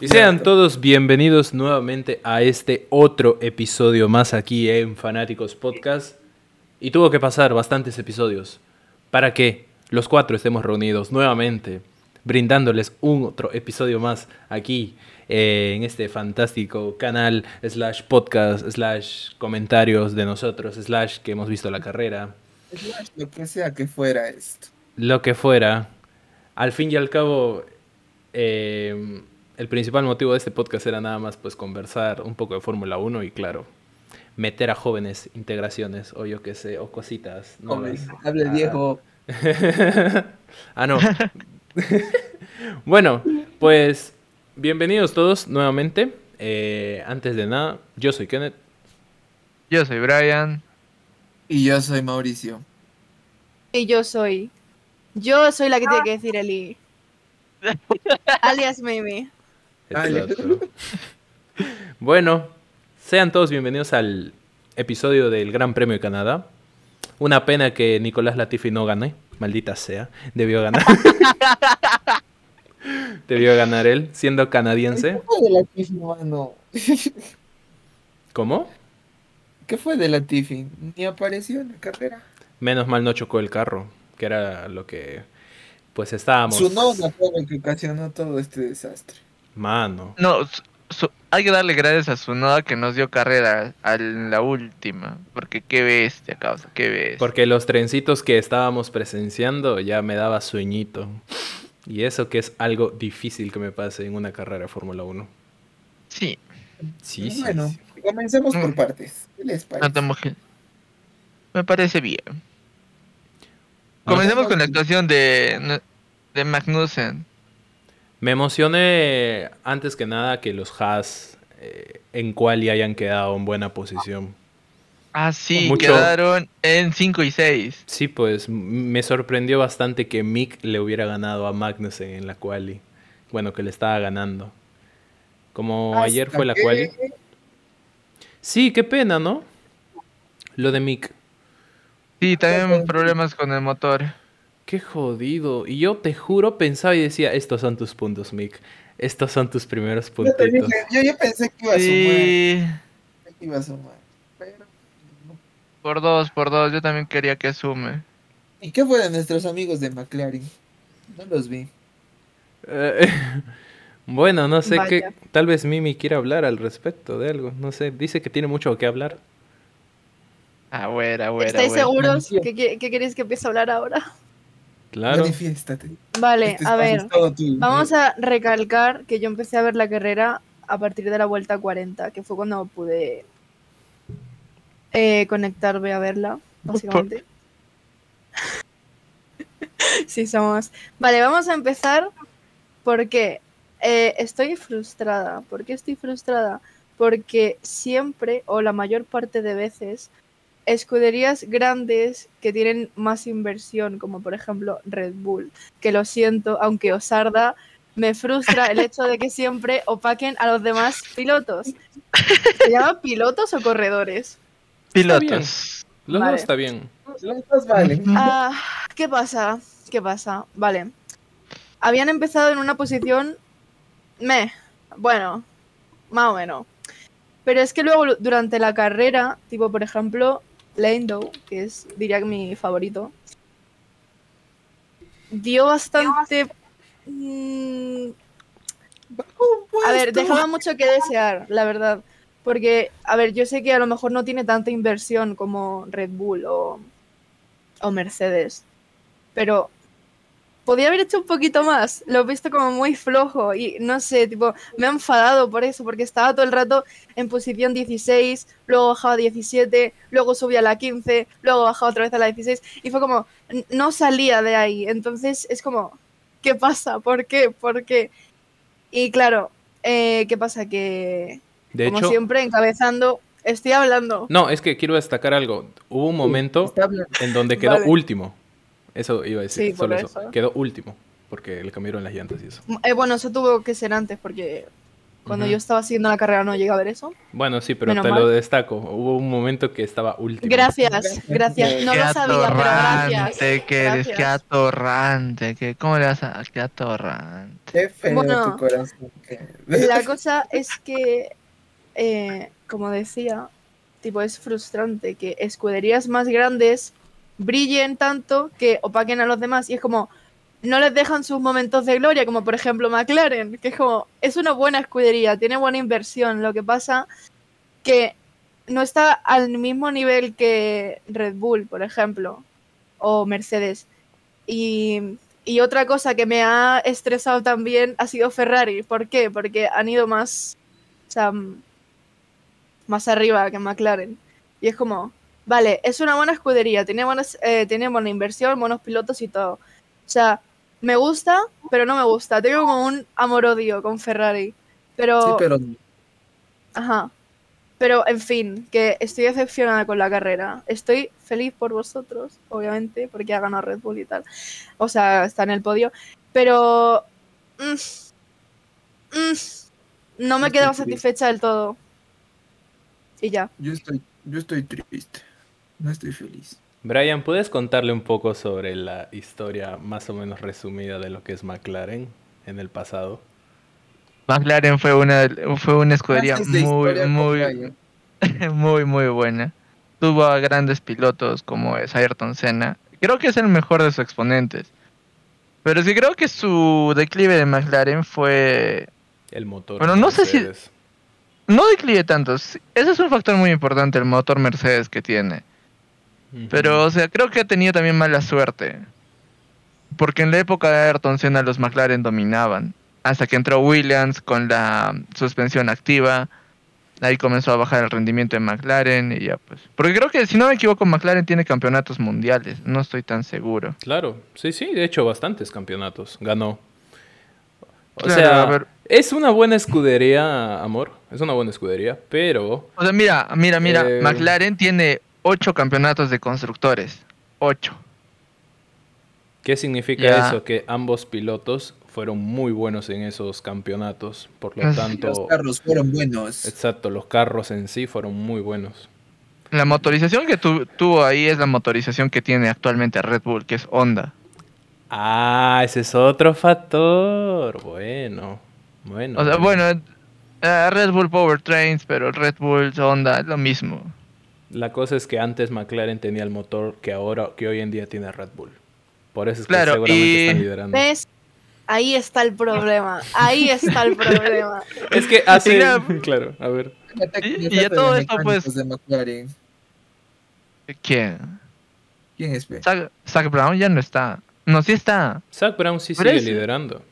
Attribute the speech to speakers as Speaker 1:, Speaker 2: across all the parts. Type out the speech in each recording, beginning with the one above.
Speaker 1: Y sean todos bienvenidos nuevamente a este otro episodio más aquí en Fanáticos Podcast. Y tuvo que pasar bastantes episodios para que los cuatro estemos reunidos nuevamente, brindándoles un otro episodio más aquí eh, en este fantástico canal, slash podcast, slash comentarios de nosotros, slash que hemos visto la carrera,
Speaker 2: Lo que sea que fuera esto.
Speaker 1: lo que fuera. Al fin y al cabo, eh, el principal motivo de este podcast era nada más pues conversar un poco de Fórmula 1 y claro, meter a jóvenes integraciones o yo qué sé, o cositas.
Speaker 2: Joven,
Speaker 1: nuevas.
Speaker 2: Hable
Speaker 1: Ah.
Speaker 2: viejo.
Speaker 1: ah, no. bueno, pues bienvenidos todos nuevamente. Eh, antes de nada, yo soy Kenneth.
Speaker 3: Yo soy Brian.
Speaker 2: Y yo soy Mauricio.
Speaker 4: Y yo soy. Yo soy la que tiene que decir Ali. Alias Mimi.
Speaker 2: Vale.
Speaker 1: Exacto. bueno, sean todos bienvenidos al episodio del Gran Premio de Canadá. Una pena que Nicolás Latifi no gane, maldita sea, debió ganar. debió ganar él, siendo canadiense.
Speaker 2: ¿Qué fue de la Tiffin, mano?
Speaker 1: ¿Cómo?
Speaker 2: ¿Qué fue de la Tiffin? Ni apareció en la carrera.
Speaker 1: Menos mal no chocó el carro, que era lo que pues estábamos.
Speaker 2: Su nota fue lo que ocasionó todo este desastre.
Speaker 1: Mano.
Speaker 3: No, su- su- hay que darle gracias a Sunoda que nos dio carrera a la última. Porque qué bestia, causa, qué bestia.
Speaker 1: Porque los trencitos que estábamos presenciando ya me daba sueñito. Y eso que es algo difícil que me pase en una carrera de Fórmula 1.
Speaker 3: Sí,
Speaker 1: Sí, sí.
Speaker 2: bueno,
Speaker 1: sí.
Speaker 2: comencemos por
Speaker 3: Mm.
Speaker 2: partes. ¿Qué les parece?
Speaker 3: no tenemos que... Me parece bien. Comencemos con la actuación de, de Magnussen.
Speaker 1: Me emocioné antes que nada que los Haas eh, en quali hayan quedado en buena posición.
Speaker 3: Ah, sí,
Speaker 1: Mucho.
Speaker 3: quedaron en 5 y 6.
Speaker 1: Sí, pues m- me sorprendió bastante que Mick le hubiera ganado a Magnussen en la quali. Bueno, que le estaba ganando. Como
Speaker 2: Ah, Hasta
Speaker 1: ayer fue la
Speaker 2: que-
Speaker 1: quali. Sí, qué pena, ¿no? Lo de Mick.
Speaker 3: Sí, también problemas con el motor.
Speaker 1: Qué jodido. Y yo te juro, pensaba y decía, estos son tus puntos, Mick. Estos son tus primeros
Speaker 2: Yo, te
Speaker 1: puntitos.
Speaker 2: dije- yo- yo pensé que iba a sumar.
Speaker 3: Sí,
Speaker 2: pensé que iba a sumar. Pero... no.
Speaker 3: por dos, por dos. Yo también quería que sume.
Speaker 2: ¿Y qué fue de nuestros amigos de McLaren? No los vi.
Speaker 1: Eh, bueno, no sé qué.
Speaker 4: Vaya.
Speaker 1: Tal vez Mimi quiera hablar al respecto de algo. No sé, dice que tiene mucho que hablar.
Speaker 3: Ah, güera, güera.
Speaker 4: ¿Estáis
Speaker 3: güera.
Speaker 4: seguros?
Speaker 2: Mansión.
Speaker 4: ¿Qué, qui- qué queréis que empiece a hablar ahora?
Speaker 1: Claro.
Speaker 2: Manifiéstate.
Speaker 4: Vale,
Speaker 2: Este
Speaker 4: a
Speaker 2: espacio
Speaker 4: ver.
Speaker 2: es todo tuyo.
Speaker 4: Vamos a recalcar que yo empecé a ver la carrera a partir de la vuelta 40, que fue cuando pude eh, conectarme a verla, básicamente. sí, somos. Vale, vamos a empezar porque eh, estoy frustrada. ¿Por qué estoy frustrada? Porque siempre, o la mayor parte de veces, escuderías grandes que tienen más inversión, como por ejemplo Red Bull, que lo siento, aunque os arda, me frustra el hecho de que siempre opaquen a los demás pilotos. ¿Se llama pilotos o corredores?
Speaker 3: Pilotos.
Speaker 1: Los
Speaker 4: Vale.
Speaker 1: dos está bien.
Speaker 2: Los dos valen.
Speaker 4: Ah, ¿Qué pasa? ¿Qué pasa? Vale. Habían empezado en una posición... Me. Bueno. Más o menos. Pero es que luego durante la carrera, tipo por ejemplo, Lando, que es diría que mi favorito, dio bastante... mm,
Speaker 2: Pues,
Speaker 4: a ver, dejaba mucho que desear, la verdad. Porque, a ver, yo sé que a lo mejor no tiene tanta inversión como Red Bull o, o Mercedes. Pero podía haber hecho un poquito más. Lo he visto como muy flojo y no sé, tipo, me he enfadado por eso, porque estaba todo el rato en posición 16, luego bajaba a 17, luego subía a la 15, luego bajaba otra vez a la 16 y fue como, n- no salía de ahí. Entonces es como, ¿qué pasa? ¿Por qué? ¿Por qué? Y claro, eh, ¿qué pasa? Que
Speaker 1: De
Speaker 4: como
Speaker 1: hecho,
Speaker 4: siempre, encabezando, estoy hablando.
Speaker 1: no, es que quiero destacar algo. Hubo un momento
Speaker 2: Está hablando.
Speaker 1: en donde quedó
Speaker 4: Vale.
Speaker 1: último. Eso iba a decir,
Speaker 4: Sí, por
Speaker 1: solo eso.
Speaker 4: eso. Mm,
Speaker 1: Quedó último. Porque le cambiaron las llantas y eso.
Speaker 4: Eh, bueno, eso tuvo que ser antes porque Cuando
Speaker 1: Ujú.
Speaker 4: yo estaba siguiendo la carrera no llegué a ver eso.
Speaker 1: Bueno, sí, pero
Speaker 4: Menos
Speaker 1: te lo
Speaker 4: mal.
Speaker 1: destaco. Hubo un momento que estaba último.
Speaker 4: Gracias, gracias. No
Speaker 3: qué
Speaker 4: lo sabía, pero gracias.
Speaker 3: atorrante que eres, qué
Speaker 4: Gracias.
Speaker 3: atorrante. Que, ¿Cómo le vas a.? Qué atorrante.
Speaker 2: Qué feo
Speaker 4: Bueno.
Speaker 2: tu corazón. que-
Speaker 4: La cosa es que, eh, como decía, tipo es frustrante que escuderías más grandes brillen tanto que opaquen a los demás y es como no les dejan sus momentos de gloria, como por ejemplo McLaren, que es como es una buena escudería, tiene buena inversión, lo que pasa que no está al mismo nivel que Red Bull, por ejemplo, o Mercedes. Y y otra cosa que me ha estresado también ha sido Ferrari. ¿Por qué? Porque han ido más, o sea, m- más arriba que McLaren. Y es como, vale, es una buena escudería, tiene, buenas, eh, tiene buena inversión, buenos pilotos y todo. O sea, me gusta, pero no me gusta. Tengo como un amor-odio con Ferrari. Pero,
Speaker 2: Sí, pero
Speaker 4: Ajá. Pero, en fin, que estoy decepcionada con la carrera. Estoy feliz por vosotros, obviamente, porque ha ganado Red Bull y tal. O sea, está en el podio. Pero... mm, mm, no me
Speaker 2: Estoy
Speaker 4: quedo
Speaker 2: triste.
Speaker 4: satisfecha del todo. Y ya.
Speaker 2: yo estoy, yo estoy triste. No estoy feliz.
Speaker 1: Brian, ¿puedes contarle un poco sobre la historia más o menos resumida de lo que es McLaren en el pasado?
Speaker 3: McLaren fue una, fue una escudería
Speaker 2: Clases de
Speaker 3: muy,
Speaker 2: historia con
Speaker 3: muy,
Speaker 2: Brian.
Speaker 3: muy, muy buena. Tuvo a grandes pilotos como es Ayrton Senna. Creo que es el mejor de sus exponentes. Pero sí creo que su declive de McLaren fue
Speaker 1: El motor.
Speaker 3: Bueno,
Speaker 1: de
Speaker 3: no sé si-
Speaker 1: Mercedes.
Speaker 3: No declive tanto. sí, Ese es un factor muy importante, el motor Mercedes que tiene.
Speaker 1: Ujú.
Speaker 3: Pero, o sea, creo que ha tenido también mala suerte. Porque en la época de Ayrton Senna los McLaren dominaban. Hasta que entró Williams con la suspensión activa. Ahí comenzó a bajar el rendimiento de McLaren y ya pues. Porque creo que, si no me equivoco, McLaren tiene campeonatos mundiales. No estoy tan seguro.
Speaker 1: Claro, sí, sí, de hecho bastantes campeonatos ganó. O
Speaker 3: Claro,
Speaker 1: sea,
Speaker 3: a ver.
Speaker 1: es una buena escudería, amor, es una buena escudería, pero
Speaker 3: O sea, mira, mira, mira.
Speaker 1: Eh.
Speaker 3: McLaren tiene ocho campeonatos de constructores. Ocho.
Speaker 1: ¿qué significa
Speaker 3: Ya.
Speaker 1: eso? Que ambos pilotos fueron muy buenos en esos campeonatos, por lo
Speaker 3: Ah, sí,
Speaker 2: Los
Speaker 1: tanto,
Speaker 2: carros fueron buenos.
Speaker 1: exacto, los carros en sí fueron muy buenos.
Speaker 3: La motorización que tu- tuvo ahí es la motorización que tiene actualmente Red Bull, que es Honda.
Speaker 1: Ah, ese es otro factor. Bueno, bueno. pues,
Speaker 3: O sea, bueno, eh, Red Bull Powertrains, pero el Red Bull Honda es lo mismo.
Speaker 1: La cosa es que antes McLaren tenía el motor que ahora, que hoy en día tiene Red Bull. Por eso es que
Speaker 3: Claro,
Speaker 1: seguramente
Speaker 3: y-
Speaker 1: están liderando.
Speaker 4: ¿Ves? Ahí está el problema. Ahí está el problema.
Speaker 1: Es que hace.
Speaker 3: Mira.
Speaker 1: claro, a ver.
Speaker 3: Y- y a todo esto, pues-
Speaker 2: De McLaren.
Speaker 3: ¿Quién?
Speaker 2: ¿Quién es? pe?
Speaker 3: Zac, Zac Brown ya no está. No, sí está.
Speaker 1: Zach Brown sí
Speaker 3: Pero
Speaker 1: sigue
Speaker 3: es-
Speaker 1: liderando.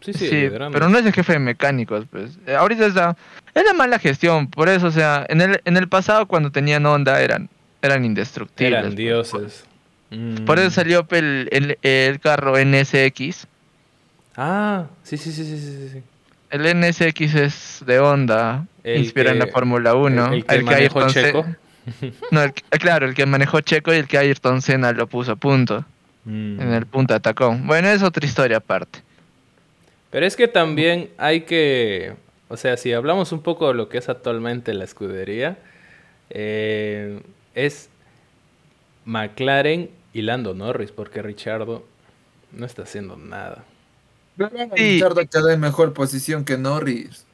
Speaker 1: Sí sigue
Speaker 3: Sí,
Speaker 1: liderando.
Speaker 3: pero no es el jefe de mecánicos, pues. Eh, Ahorita está. Es la mala gestión, por eso, o sea, en el, en el pasado cuando tenían Honda eran, eran indestructibles.
Speaker 1: Eran
Speaker 3: pues.
Speaker 1: dioses.
Speaker 3: Por eso
Speaker 1: Mm.
Speaker 3: salió el, el, el carro NSX.
Speaker 1: Ah, sí, sí, sí, sí, sí, sí.
Speaker 3: El NSX es de Honda,
Speaker 1: El
Speaker 3: inspira en la
Speaker 1: que-
Speaker 3: Fórmula 1.
Speaker 1: El, el que manejó
Speaker 3: Ayrton
Speaker 1: Checo.
Speaker 3: Sen- no, el que- ah, claro, el que manejó Checo y el que Ayrton Senna lo puso a punto,
Speaker 1: Mm.
Speaker 3: en el punto atacón. Bueno, es otra historia aparte.
Speaker 1: Pero es que también hay que, o sea, si hablamos un poco de lo que es actualmente la escudería, eh, es McLaren y Lando Norris, porque Richardo no está haciendo nada.
Speaker 3: Sí.
Speaker 2: Richardo quedó en mejor posición que Norris.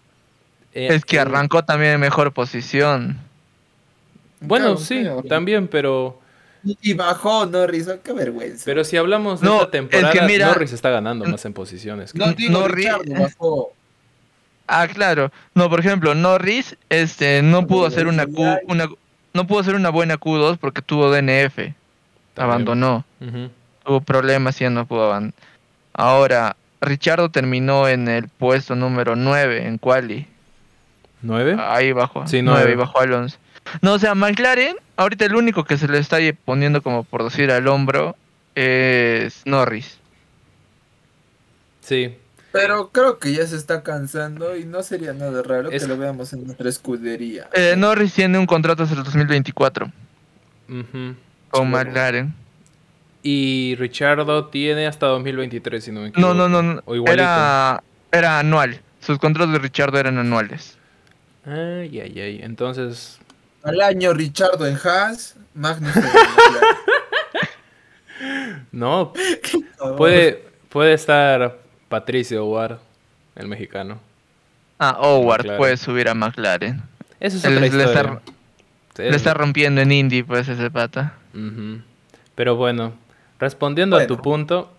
Speaker 1: Eh,
Speaker 3: Es que
Speaker 1: eh,
Speaker 3: arrancó también en mejor posición.
Speaker 1: Bueno,
Speaker 2: Claro,
Speaker 1: sí,
Speaker 2: claro.
Speaker 1: también, pero,
Speaker 2: Y y bajó Norris, ah, qué vergüenza.
Speaker 1: pero si hablamos de
Speaker 3: No,
Speaker 1: esta
Speaker 3: es que
Speaker 1: temporada,
Speaker 3: mira-
Speaker 1: Norris está ganando más en posiciones. que-
Speaker 2: no digo
Speaker 3: Norris-
Speaker 2: Richardo bajó.
Speaker 3: Ah, claro. No, por ejemplo, Norris este, no pudo hacer una, Q, una no pudo hacer una buena Q2 porque tuvo DNF. Abandonó.
Speaker 1: Ujú.
Speaker 3: Tuvo problemas y ya no pudo avanzar. Ahora, Richardo terminó en el puesto número 9 en Quali.
Speaker 1: ¿Nueve?
Speaker 3: Ahí bajó.
Speaker 1: Sí,
Speaker 3: Sí,
Speaker 1: nueve.
Speaker 3: 9 y bajó al 11. No, o sea, McLaren, ahorita el único que se le está poniendo como por decir al hombro es Norris.
Speaker 1: Sí.
Speaker 2: Pero creo que ya se está cansando y no sería nada raro
Speaker 1: Es-
Speaker 2: que lo veamos en nuestra escudería.
Speaker 3: Eh, Norris tiene un contrato hasta el 2024
Speaker 1: Ujú.
Speaker 3: con
Speaker 2: Chulo.
Speaker 3: McLaren.
Speaker 1: Y Richardo tiene hasta 2023, si no me
Speaker 3: No,
Speaker 1: equivoco.
Speaker 3: no, no, no.
Speaker 1: O igualito.
Speaker 3: Era, era anual. Sus contratos de Richardo eran anuales.
Speaker 1: Ay, ay, ay. Entonces,
Speaker 2: Al año Richardo en Haas, Magnus en
Speaker 1: no. Puede, puede estar Patricio Ward, el mexicano.
Speaker 3: Ah, Howard
Speaker 1: McLaren.
Speaker 3: puede subir a McLaren.
Speaker 1: Eso es
Speaker 3: Él
Speaker 1: otra
Speaker 3: es- le
Speaker 1: historia.
Speaker 3: está-
Speaker 1: Sí,
Speaker 3: Le está rompiendo en Indy, pues, ese pata.
Speaker 1: Ujú. Pero bueno, respondiendo a tu
Speaker 2: Bueno.
Speaker 1: punto,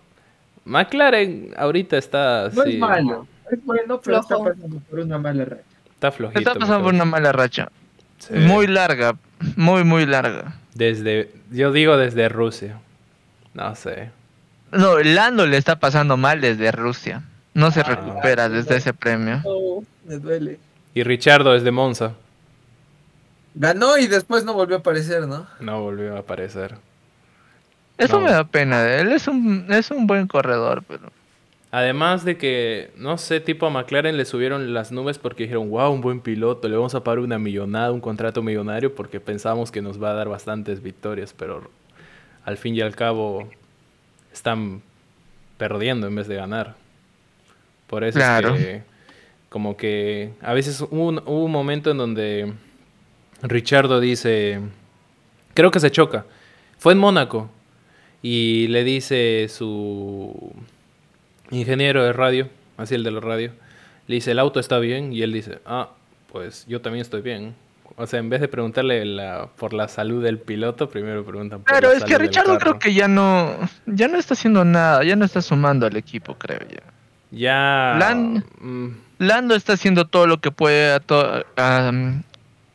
Speaker 1: McLaren ahorita está
Speaker 2: No es
Speaker 1: sí,
Speaker 2: malo, es bueno, pero está
Speaker 4: Flojo.
Speaker 2: pasando por una mala racha.
Speaker 1: Está flojito.
Speaker 3: Está pasando por
Speaker 1: muchacho.
Speaker 3: una mala racha.
Speaker 1: Sí.
Speaker 3: Muy larga. Muy, muy larga.
Speaker 1: Desde, yo digo desde Rusia. No sé.
Speaker 3: No, Lando le está pasando mal desde Rusia. No se
Speaker 2: Ah,
Speaker 3: recupera desde
Speaker 2: no.
Speaker 3: ese premio.
Speaker 2: No, me duele.
Speaker 1: Y Richardo desde Monza.
Speaker 2: Ganó y después no volvió a aparecer, ¿no?
Speaker 1: No volvió a aparecer.
Speaker 3: Eso
Speaker 1: No.
Speaker 3: me da pena de él. Es un, es un buen corredor, pero.
Speaker 1: Además de que, no sé, tipo a McLaren le subieron las nubes porque dijeron, wow, un buen piloto, le vamos a pagar una millonada, un contrato millonario, porque pensamos que nos va a dar bastantes victorias, pero al fin y al cabo están perdiendo en vez de ganar. Por eso es
Speaker 3: Claro.
Speaker 1: que, como que, a veces hubo un, hubo un momento en donde Richardo dice, creo que se choca, fue en Mónaco, y le dice su ingeniero de radio, así el de la radio, le dice, el auto está bien, y él dice, ah, pues yo también estoy bien. O sea, en vez de preguntarle la- por la salud del piloto, primero preguntan por
Speaker 3: Claro,
Speaker 1: la
Speaker 3: es que
Speaker 1: salud del
Speaker 3: Richardo
Speaker 1: carro.
Speaker 3: creo que ya no. Ya no está haciendo nada. Ya no está sumando al equipo, creo ya.
Speaker 1: Ya...
Speaker 3: Lan-
Speaker 1: mm,
Speaker 3: Lando está haciendo todo lo que puede a to- a, um,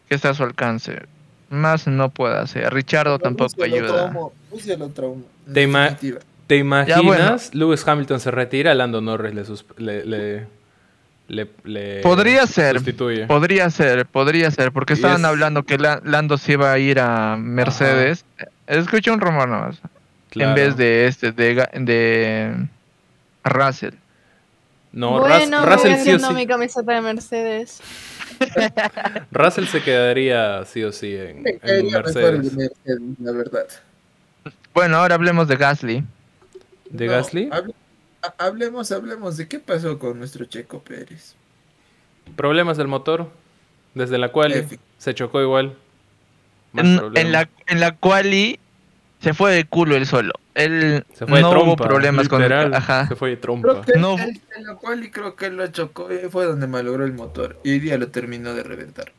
Speaker 3: que está a su alcance. Más no puede hacer. Richardo tampoco
Speaker 2: Rusia lo
Speaker 3: ayuda.
Speaker 2: traumó, Rusia lo traumó. en
Speaker 1: Te ima-
Speaker 2: definitiva.
Speaker 1: ¿Te imaginas?
Speaker 3: bueno.
Speaker 1: Lewis Hamilton se retira, Lando Norris le... sus- le, le- le- le
Speaker 3: Podría ser.
Speaker 1: Sustituye.
Speaker 3: Podría ser, podría ser, porque
Speaker 1: Y
Speaker 3: estaban
Speaker 1: es-
Speaker 3: hablando que La- Lando se iba a ir a Mercedes. Escucha un rumor nomás.
Speaker 1: Claro.
Speaker 3: En vez de este, de, Ga- de Russell.
Speaker 1: No, Ras-
Speaker 4: bueno, me voy
Speaker 1: Russell sí o
Speaker 4: haciendo
Speaker 1: sí.
Speaker 4: mi camiseta de Mercedes.
Speaker 1: Russell se quedaría sí o sí en,
Speaker 2: Me
Speaker 1: en
Speaker 2: caería mejor el
Speaker 1: Mercedes.
Speaker 2: de Mercedes, la verdad.
Speaker 3: Bueno, ahora hablemos de Gasly.
Speaker 1: ¿De
Speaker 2: No, ah.
Speaker 1: Gasly?
Speaker 2: hable- ha- hablemos, hablemos de qué pasó con nuestro Checo Pérez.
Speaker 1: Problemas del motor, desde la cual
Speaker 2: Efe.
Speaker 1: se chocó igual. Más
Speaker 3: En,
Speaker 1: problemas.
Speaker 3: en la en la quali se fue de culo él solo. Él
Speaker 1: se fue de
Speaker 3: no
Speaker 1: trompa,
Speaker 3: hubo problemas con el,
Speaker 1: literal,
Speaker 3: ajá.
Speaker 1: Se fue de trompa.
Speaker 2: Creo que
Speaker 3: No.
Speaker 2: él- en la cual y creo que él lo chocó y fue donde malogró el motor. Y hoy día lo terminó de reventar.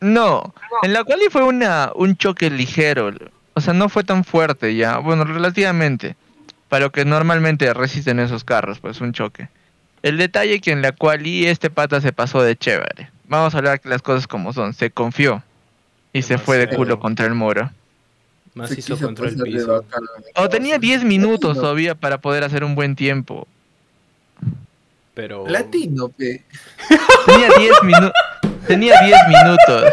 Speaker 3: No, en la quali fue una, un choque ligero, l- o sea, no fue tan fuerte ya, bueno, relativamente, para lo que normalmente resisten esos carros, pues un choque. El detalle que en la quali este pata se pasó de chévere. Vamos a hablar las cosas como son, se confió y se fue de
Speaker 1: Demasiado.
Speaker 3: culo contra el muro.
Speaker 1: Más
Speaker 2: Se
Speaker 1: hizo
Speaker 2: quiso
Speaker 1: contra el
Speaker 2: pasar de
Speaker 1: piso.
Speaker 2: bacala.
Speaker 3: O tenía 10 minutos todavía para poder hacer un buen tiempo.
Speaker 1: Pero.
Speaker 2: Latino, pe.
Speaker 3: Tenía 10 minutos. Tenía 10 minutos.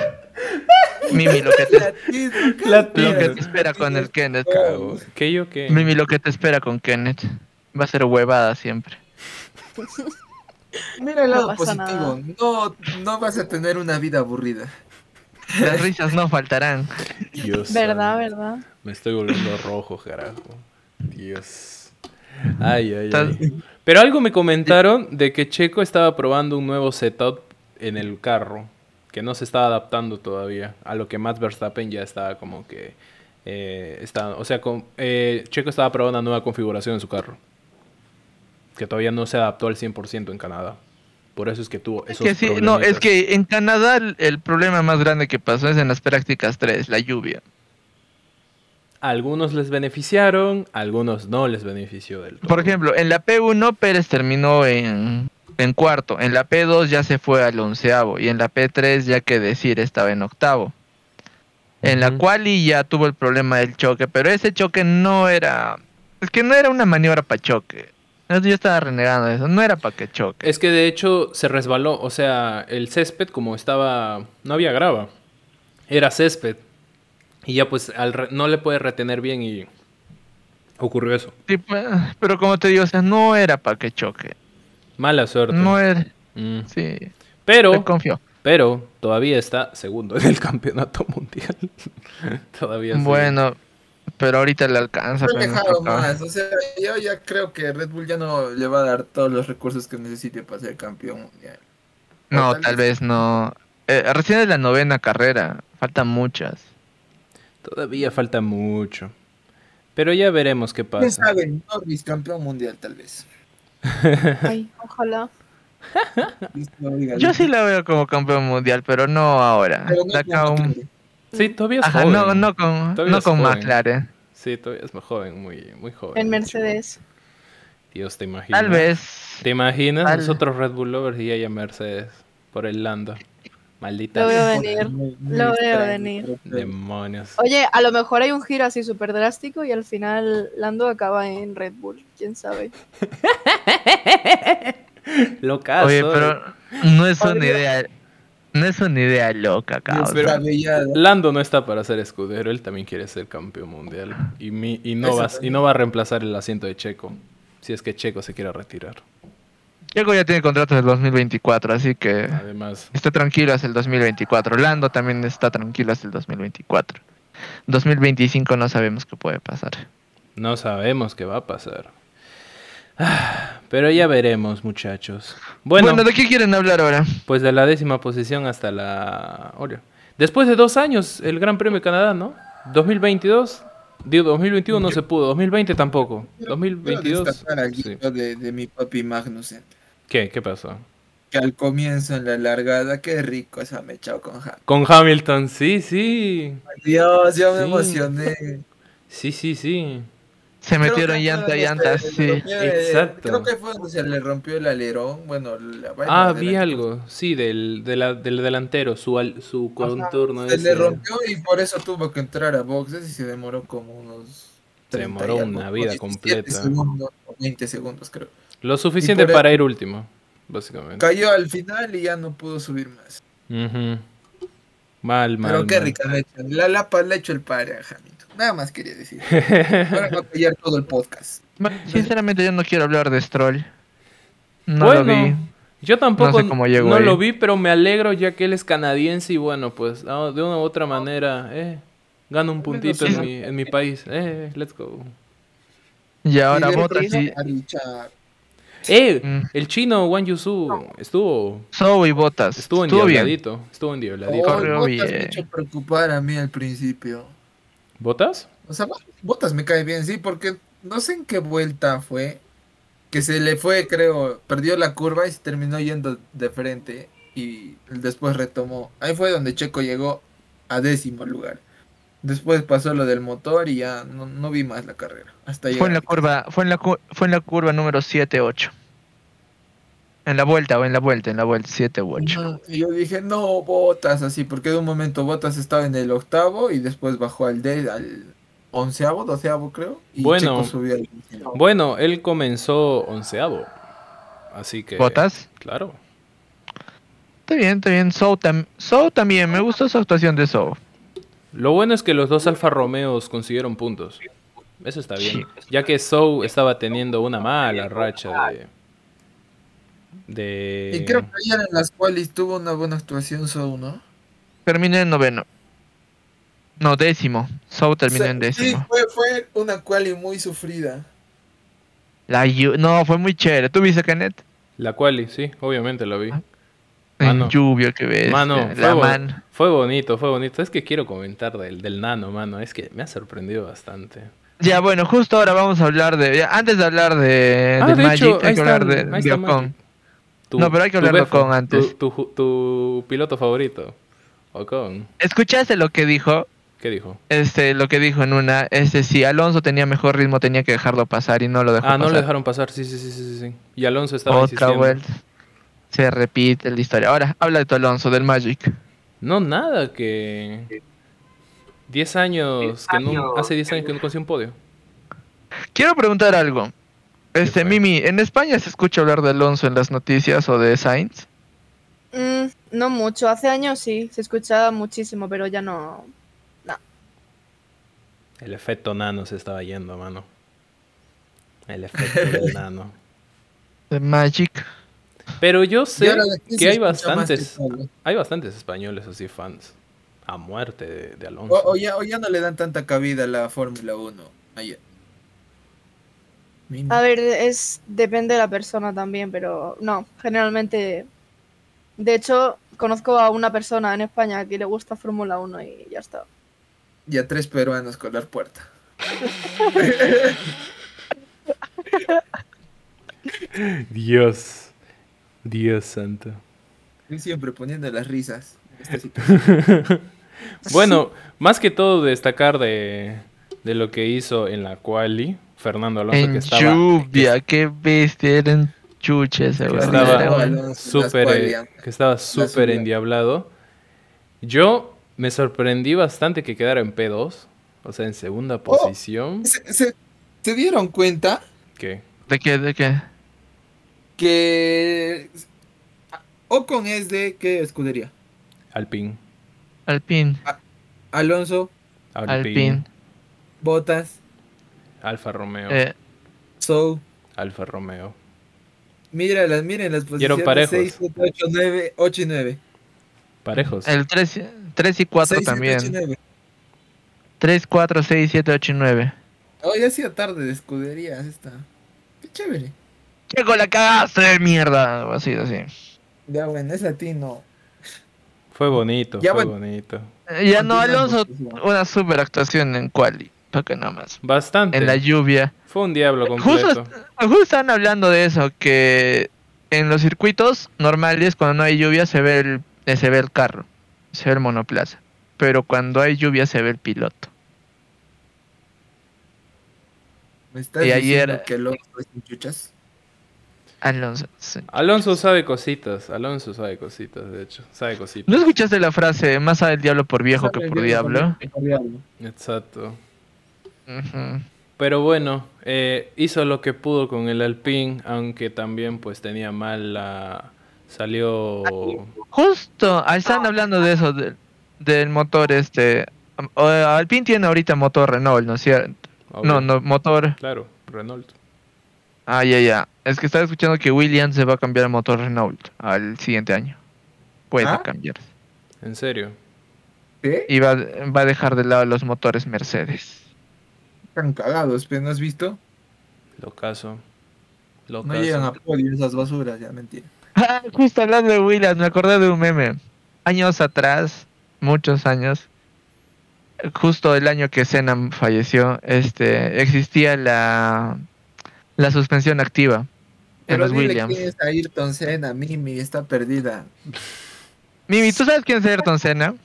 Speaker 3: Mimi, lo que te,
Speaker 2: Latino,
Speaker 3: lo que
Speaker 1: Latino.
Speaker 3: te espera con el Kenneth.
Speaker 1: Cago. ¿Qué yo qué?
Speaker 3: Mimi, lo que te espera con Kenneth. Va a ser huevada siempre.
Speaker 2: Mira el
Speaker 4: No
Speaker 2: lado
Speaker 4: pasa
Speaker 2: positivo. No, no vas a tener una vida aburrida.
Speaker 3: Las risas no faltarán.
Speaker 1: Dios
Speaker 4: ¿Verdad,
Speaker 1: santo.
Speaker 4: verdad?
Speaker 1: Me estoy volviendo rojo, carajo. Dios. Ay, ay,
Speaker 3: Tal-
Speaker 1: ay. Pero algo me comentaron de que Checo estaba probando un nuevo setup en el carro, que no se estaba adaptando todavía a lo que Max Verstappen ya estaba como que... eh, está, o sea, con- eh, Checo estaba probando una nueva configuración en su carro, que todavía no se adaptó al 100% en Canadá. Por eso es que tuvo
Speaker 3: Es
Speaker 1: esos
Speaker 3: que sí, no, es
Speaker 1: problemitas.
Speaker 3: que en Canadá el, el problema más grande que pasó es en las prácticas 3, la lluvia.
Speaker 1: Algunos les beneficiaron, algunos no les benefició del todo.
Speaker 3: Por ejemplo, en la P1 Pérez terminó en, en cuarto, en la P2 ya se fue al onceavo y en la P3 ya que decir estaba en octavo. En la
Speaker 1: Ujú.
Speaker 3: quali ya tuvo el problema del choque, pero ese choque no era... Es que no era una maniobra para choque. Yo estaba renegando de eso, no era para que choque.
Speaker 1: Es que de hecho se resbaló, o sea, el césped como estaba, no había grava, era césped. Y ya pues al re- no le puede retener bien y ocurrió eso.
Speaker 3: Sí, pues, pero como te digo, o sea, no era para que choque.
Speaker 1: Mala suerte.
Speaker 3: No eh, era...
Speaker 1: Mm.
Speaker 3: Sí, se
Speaker 1: Pero,
Speaker 3: confió.
Speaker 1: pero todavía está segundo en el campeonato mundial. todavía sí.
Speaker 3: Bueno, Pero ahorita le alcanza.
Speaker 2: No he
Speaker 3: pues, no
Speaker 2: dejado
Speaker 3: toca.
Speaker 2: más. O sea, yo ya creo que Red Bull ya no le va a dar todos los recursos que necesite para ser campeón mundial.
Speaker 3: No,
Speaker 2: O
Speaker 3: tal vez no. Eh, recién es la novena carrera. Faltan muchas.
Speaker 1: Todavía falta mucho. Pero ya veremos qué
Speaker 2: ¿Quién
Speaker 1: pasa.
Speaker 2: sabe? Norris, campeón mundial, tal vez.
Speaker 4: Ay, ojalá.
Speaker 2: Listo, diga,
Speaker 3: Yo
Speaker 2: listo.
Speaker 3: sí la veo como campeón mundial, pero no ahora.
Speaker 2: Pero no
Speaker 3: De acá a
Speaker 2: como
Speaker 3: un-
Speaker 2: Norris.
Speaker 1: Sí, todavía es
Speaker 3: Ajá,
Speaker 1: joven.
Speaker 3: no, no con,
Speaker 1: Todavía
Speaker 3: no
Speaker 1: es
Speaker 3: con
Speaker 1: joven.
Speaker 3: McLaren.
Speaker 1: Sí, todavía es muy joven, muy, muy joven.
Speaker 4: En Mercedes.
Speaker 1: Dios, te imaginas.
Speaker 3: Tal vez.
Speaker 1: ¿Te imaginas
Speaker 3: Tal-
Speaker 1: nosotros Red Bull Lovers y ella Mercedes por el Lando? Maldita
Speaker 4: Lo veo
Speaker 1: sea.
Speaker 4: venir.
Speaker 2: Muy- muy
Speaker 4: Lo veo
Speaker 2: extraño,
Speaker 4: venir.
Speaker 2: pero-
Speaker 1: demonios.
Speaker 4: Oye, a lo mejor hay un giro así súper drástico y al final Lando acaba en Red Bull. ¿Quién sabe?
Speaker 1: Locazo. eh.
Speaker 3: Oye, pero no es una
Speaker 2: Podría-
Speaker 3: idea. No es una idea loca, cabrón.
Speaker 2: Pero- Descabellado.
Speaker 1: Lando no está para ser escudero, él también quiere ser campeón mundial. Y, mi- y, no,
Speaker 2: Eso
Speaker 1: va, y
Speaker 2: también.
Speaker 1: no va a reemplazar el asiento de Checo, si es que Checo se quiere retirar.
Speaker 3: Checo ya tiene contrato del 2024, así que
Speaker 1: Además,
Speaker 3: está tranquilo hasta el 2024. Lando también está tranquilo hasta el 2024. 2025 no sabemos qué puede pasar.
Speaker 1: no sabemos qué va a pasar. Ah, Pero ya veremos, muchachos.
Speaker 3: Bueno,
Speaker 1: Bueno,
Speaker 3: ¿de qué quieren hablar ahora?
Speaker 1: pues de la décima posición hasta la... Oreo. Después de dos años, el Gran Premio de Canadá, ¿no? 2022, digo, 2021 no se pudo, 2020 tampoco.
Speaker 2: Quiero
Speaker 1: 2022...
Speaker 2: destacar al
Speaker 1: sí.
Speaker 2: grito de, de mi papi eh. Magnussen.
Speaker 1: ¿Qué? ¿Qué pasó?
Speaker 2: Que al comienzo en la largada, qué rico esa me echó con Hamilton.
Speaker 1: Con Hamilton, sí, sí.
Speaker 2: Dios, yo me
Speaker 1: Sí.
Speaker 2: emocioné.
Speaker 1: Sí, sí, sí.
Speaker 3: Se
Speaker 2: Creo
Speaker 3: metieron
Speaker 2: que
Speaker 3: llanta,
Speaker 2: fue
Speaker 3: llanta,
Speaker 2: donde se le
Speaker 3: sí.
Speaker 2: rompió el-
Speaker 1: Exacto.
Speaker 2: Creo que fue donde se le rompió el alerón. Bueno, la vaina
Speaker 1: Ah,
Speaker 2: del
Speaker 1: vi
Speaker 2: alerón.
Speaker 1: algo, sí, del, de la- del delantero, su, al- su contorno.
Speaker 2: Se le
Speaker 1: ese.
Speaker 2: rompió y por eso tuvo que entrar a boxes y se demoró como unos.
Speaker 1: Se
Speaker 2: 30 y
Speaker 1: demoró
Speaker 2: algo,
Speaker 1: una
Speaker 2: o
Speaker 1: vida
Speaker 2: 17
Speaker 1: completa.
Speaker 2: segundos, o 20 segundos, creo.
Speaker 1: Lo suficiente
Speaker 2: Y por-
Speaker 1: para ir último, básicamente.
Speaker 2: Cayó al final y ya no pudo subir más.
Speaker 1: Ujú. Mal, mal.
Speaker 2: Pero qué
Speaker 1: mal.
Speaker 2: rica leche. La lapa le ha hecho el padre a Hamilton. Nada más quería decir. Ahora va a callar todo el podcast.
Speaker 3: Bueno, Sinceramente yo no quiero hablar de Stroll. No lo
Speaker 1: Bueno,
Speaker 3: vi.
Speaker 1: Yo tampoco
Speaker 3: No sé cómo llegó
Speaker 1: no
Speaker 3: ahí.
Speaker 1: lo vi, pero me alegro ya que él es canadiense y bueno, pues ah, de una u otra manera, eh, gano un puntito en
Speaker 2: sí.
Speaker 1: mi, en mi país. Eh, let's go.
Speaker 3: Y ahora
Speaker 2: Y le
Speaker 3: Botas
Speaker 2: prohíbe
Speaker 3: y...
Speaker 2: a Richard.
Speaker 1: Eh,
Speaker 3: Mm.
Speaker 1: el chino Wang Yusu estuvo,
Speaker 3: Zoe y Botas.
Speaker 1: estuvo
Speaker 3: Estuvo, bien.
Speaker 1: endiabladito. Estuvo
Speaker 2: Oh,
Speaker 1: endiabladito.
Speaker 3: Corrió
Speaker 2: Botas me
Speaker 3: bien.
Speaker 2: hizo preocupar a mí al principio.
Speaker 1: ¿Botas?
Speaker 2: O sea, Botas me cae bien, sí, porque no sé en qué vuelta fue. Que se le fue, creo, perdió la curva y se terminó yendo de frente. Y después retomó. Ahí fue donde Checo llegó a décimo lugar. Después pasó lo del motor y ya no, no vi más la carrera. Hasta
Speaker 3: Fue en
Speaker 2: llegar.
Speaker 3: la curva, fue en la, cu- fue en la curva número 7-8. En la vuelta, o en la vuelta, en la vuelta 7 u 8.
Speaker 2: No, y yo dije, no, Botas, así, porque de un momento Botas estaba en el octavo y después bajó al, de, al onceavo, doceavo, creo. Y
Speaker 1: Bueno.
Speaker 2: Checo subió al quinceavo.
Speaker 1: Bueno, él comenzó onceavo. Así que.
Speaker 3: ¿Botas?
Speaker 1: Claro.
Speaker 3: Está bien, está bien. Sou, tam- Sou también, me gustó su actuación de Sou.
Speaker 1: Lo bueno es que los dos Alfa Romeos consiguieron puntos. Eso está bien. Ya que Sou estaba teniendo una mala racha de. De.
Speaker 2: Y creo que ayer en las cuales tuvo una buena actuación Sou, ¿no?
Speaker 3: Terminó en noveno. No, décimo. Sou terminó en
Speaker 2: Sí,
Speaker 3: décimo.
Speaker 2: fue, fue una quali muy sufrida.
Speaker 3: La llu- no, fue muy chévere. ¿Tú viste, Kenneth?
Speaker 1: La quali, sí, obviamente la vi.
Speaker 3: En
Speaker 1: Mano.
Speaker 3: lluvia que ves.
Speaker 1: Ah, Mano, fue,
Speaker 3: la
Speaker 1: bo-
Speaker 3: man.
Speaker 1: fue bonito, fue bonito. Es que quiero comentar del, del nano, mano. Es que me ha sorprendido bastante.
Speaker 3: Ya, bueno, justo ahora vamos a hablar de. ya, antes de hablar de,
Speaker 1: Ah,
Speaker 3: del
Speaker 1: de
Speaker 3: Magic,
Speaker 1: hecho, ahí
Speaker 3: hay que hablar
Speaker 1: están-
Speaker 3: de,
Speaker 1: ahí
Speaker 3: de
Speaker 1: está
Speaker 3: Ocon.
Speaker 1: Magic. Tu-
Speaker 3: No, pero hay que
Speaker 1: tu
Speaker 3: hablar de
Speaker 1: befo,
Speaker 3: Ocon antes.
Speaker 1: Tu, tu, tu piloto favorito. Ocon.
Speaker 3: ¿Escuchaste lo que dijo?
Speaker 1: ¿Qué dijo?
Speaker 3: Este, lo que dijo en una, este, si Alonso tenía mejor ritmo, tenía que dejarlo pasar y no lo dejó
Speaker 1: Ah, no
Speaker 3: pasar.
Speaker 1: le dejaron pasar, sí, sí, sí, sí, sí, sí. Y Alonso estaba
Speaker 3: Otra
Speaker 1: insistiendo.
Speaker 3: vuelta. Se repite la historia. Ahora, habla de tu Alonso, del Magic.
Speaker 1: No, nada, que... 10 años, que no, hace 10 años que no consiguió un podio.
Speaker 3: Quiero preguntar algo. Este,
Speaker 1: fue?
Speaker 3: Mimi, ¿en España se escucha hablar de Alonso en las noticias o de Sainz?
Speaker 4: Mm, no mucho. Hace años sí, se escuchaba muchísimo, pero ya no.
Speaker 1: El efecto nano se estaba yendo, mano. El efecto del nano.
Speaker 3: De Magic.
Speaker 1: Pero yo
Speaker 2: Y
Speaker 1: sé
Speaker 2: ahora de aquí
Speaker 1: que
Speaker 2: se
Speaker 1: hay
Speaker 2: escucha más
Speaker 1: bastantes,
Speaker 2: que todo.
Speaker 1: hay bastantes españoles así fans a muerte de, de Alonso.
Speaker 2: O, o ya, o ya no le dan tanta cabida a la Fórmula 1. Allá. Mínimo.
Speaker 4: A ver, es depende de la persona también, pero no, generalmente. De hecho, conozco a una persona en España que le gusta Fórmula 1 y ya está.
Speaker 2: Y a tres peruanos con la puerta.
Speaker 1: Dios. Dios santo.
Speaker 2: Yo siempre poniendo las risas. Esta sí-
Speaker 1: Bueno, más que todo destacar de, de lo que hizo en la quali Fernando Alonso que
Speaker 3: En
Speaker 1: estaba
Speaker 3: lluvia, qué bestia, eran chuches,
Speaker 1: que
Speaker 2: Bueno,
Speaker 1: estaba
Speaker 2: bueno, las
Speaker 1: súper eh,
Speaker 2: cualian.
Speaker 1: que estaba súper
Speaker 2: cualian.
Speaker 1: endiablado. Yo me sorprendí bastante que quedara en P2, o sea, en segunda
Speaker 2: Oh.
Speaker 1: posición.
Speaker 2: ¿Se, se, se dieron cuenta
Speaker 1: ¿Qué?
Speaker 3: ¿De qué? ¿De qué?
Speaker 2: que Ocon es de qué escudería?
Speaker 1: Alpine,
Speaker 3: Alpin,
Speaker 2: Alonso,
Speaker 1: Alpine,
Speaker 3: Alpin,
Speaker 2: Botas,
Speaker 1: Alfa Romeo,
Speaker 3: eh,
Speaker 2: Sou.
Speaker 1: Alfa Romeo.
Speaker 2: Mira las, miren las
Speaker 1: Y eran
Speaker 2: posiciones
Speaker 1: parejos.
Speaker 2: 6, 7, 8, 9, 8 y 9.
Speaker 1: Parejos.
Speaker 3: el 3, y 4 también. 3, 4, 6, 7, 8 y 9.
Speaker 2: Oh, ya hacía tarde de escuderías esta. Qué chévere.
Speaker 3: Checo, la cagaste de mierda. o Así, así.
Speaker 2: Ya bueno, es latino.
Speaker 1: Fue bonito,
Speaker 2: Ya
Speaker 1: fue
Speaker 2: bueno.
Speaker 1: bonito.
Speaker 3: Eh, Ya no,
Speaker 2: Continuamos,
Speaker 3: Alonso,
Speaker 2: por favor.
Speaker 3: una super actuación en Quali. Toca nada más.
Speaker 1: Bastante.
Speaker 3: En la lluvia.
Speaker 1: Fue un diablo completo.
Speaker 3: Justo, Ah, justo están hablando de eso, que en los circuitos normales, cuando no hay lluvia, se ve el, eh, se ve el carro, se ve el monoplaza. Pero cuando hay lluvia, se ve el piloto.
Speaker 2: Me estás
Speaker 3: Y
Speaker 2: diciendo
Speaker 3: ayer-
Speaker 2: que los son chuchas.
Speaker 3: Alonso. sí.
Speaker 1: Alonso sabe cositas, Alonso sabe cositas, de hecho, sabe cositas.
Speaker 3: ¿No escuchaste la frase, más sabe el diablo por viejo que por diablo?
Speaker 2: Por diablo.
Speaker 1: Exacto.
Speaker 3: Ujú.
Speaker 1: Pero bueno, eh, hizo lo que pudo con el Alpine, aunque también pues tenía mal la...
Speaker 3: Ah,
Speaker 1: Salió...
Speaker 3: Justo, ah, están hablando de eso, del- del motor este... Am- o- Alpine tiene ahorita motor Renault, ¿no es cierto? No,
Speaker 1: Obvio.
Speaker 3: no, motor...
Speaker 1: Claro, Renault.
Speaker 3: Ah, ya, ya. Es que estaba escuchando que Williams se va a cambiar el motor Renault al siguiente año. Puede
Speaker 2: ¿Ah?
Speaker 3: cambiarse.
Speaker 1: En serio.
Speaker 2: ¿Qué?
Speaker 3: Y va, va a dejar de lado los motores Mercedes.
Speaker 2: Están cagados, pero ¿no has visto?
Speaker 1: Lo caso. Lo
Speaker 2: No
Speaker 1: caso.
Speaker 2: llegan a podio esas basuras, ya mentira.
Speaker 3: Ah, justo hablando de Williams, me acordé de un meme. Años atrás, muchos años, justo el año que Senna falleció, este, existía la, la suspensión activa en
Speaker 2: Pero
Speaker 3: los
Speaker 2: dile
Speaker 3: Williams.
Speaker 2: quién es Ayrton Senna, Mimi, está perdida.
Speaker 3: Mimi, ¿tú sabes quién es Ayrton Senna?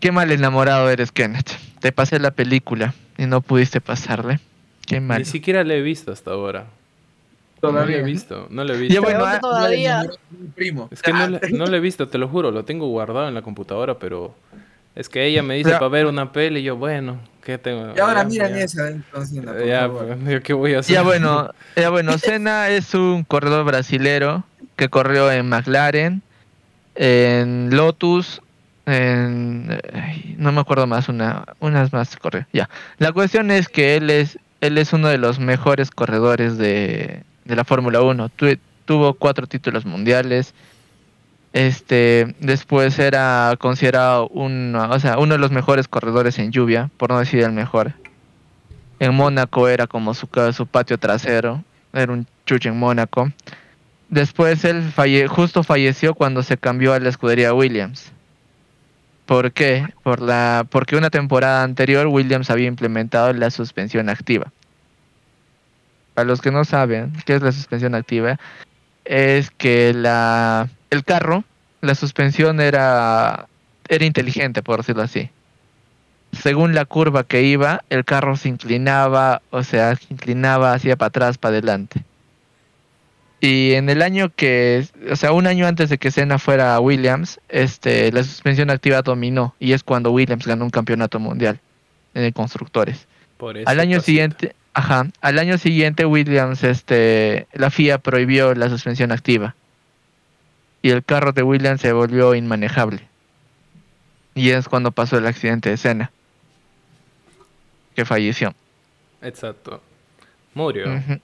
Speaker 3: Qué mal enamorado eres, Kenneth. Te pasé la película y no pudiste pasarle. Qué mal.
Speaker 1: Ni siquiera le he visto hasta ahora. No
Speaker 2: Todavía.
Speaker 1: le he visto, no le he
Speaker 3: Ya
Speaker 1: visto.
Speaker 3: bueno,
Speaker 4: Creo que
Speaker 3: ah,
Speaker 4: todavía.
Speaker 2: Mi primo. Ah,
Speaker 1: Es que no le, no le he visto, te lo juro, lo tengo guardado en la computadora, pero... Es que ella me dice
Speaker 3: Ya.
Speaker 1: para ver una peli y yo, bueno, ¿qué tengo?
Speaker 2: Y ahora
Speaker 1: Ya,
Speaker 2: miran
Speaker 1: ya.
Speaker 2: esa Ayrton Senna, por
Speaker 1: Ya,
Speaker 2: favor.
Speaker 1: pues, yo qué voy a hacer.
Speaker 3: Ya bueno, ya bueno, Senna es un corredor brasilero que corrió en McLaren, en Lotus, en ay, no me acuerdo más una unas más corrió. Ya. La cuestión es que él es él es uno de los mejores corredores de, de la Fórmula 1. Tu- tuvo cuatro títulos mundiales. Este, después era considerado uno, o sea, uno de los mejores corredores en lluvia, por no decir el mejor. En Mónaco era como su, ca- su patio trasero. Era un chuche en Mónaco. Después él falle- justo falleció cuando se cambió a la escudería Williams. ¿Por qué? Por la, porque una temporada anterior Williams había implementado la suspensión activa. Para los que no saben qué es la suspensión activa, es que la, el carro, la suspensión era, era inteligente, por decirlo así según la curva que iba, el carro se inclinaba, o sea, se inclinaba hacia para atrás, para adelante. Y en el año que, o sea, un año antes de que Senna fuera a Williams, este, la suspensión activa dominó y es cuando Williams ganó un campeonato mundial en el constructores
Speaker 1: Por
Speaker 3: al
Speaker 1: esa
Speaker 3: año
Speaker 1: cosita.
Speaker 3: siguiente, ajá, al año siguiente Williams, este, la FIA prohibió la suspensión activa y el carro de Williams se volvió inmanejable. Y es cuando pasó el accidente de Senna, que falleció.
Speaker 1: Exacto. Murió.
Speaker 3: Ujú.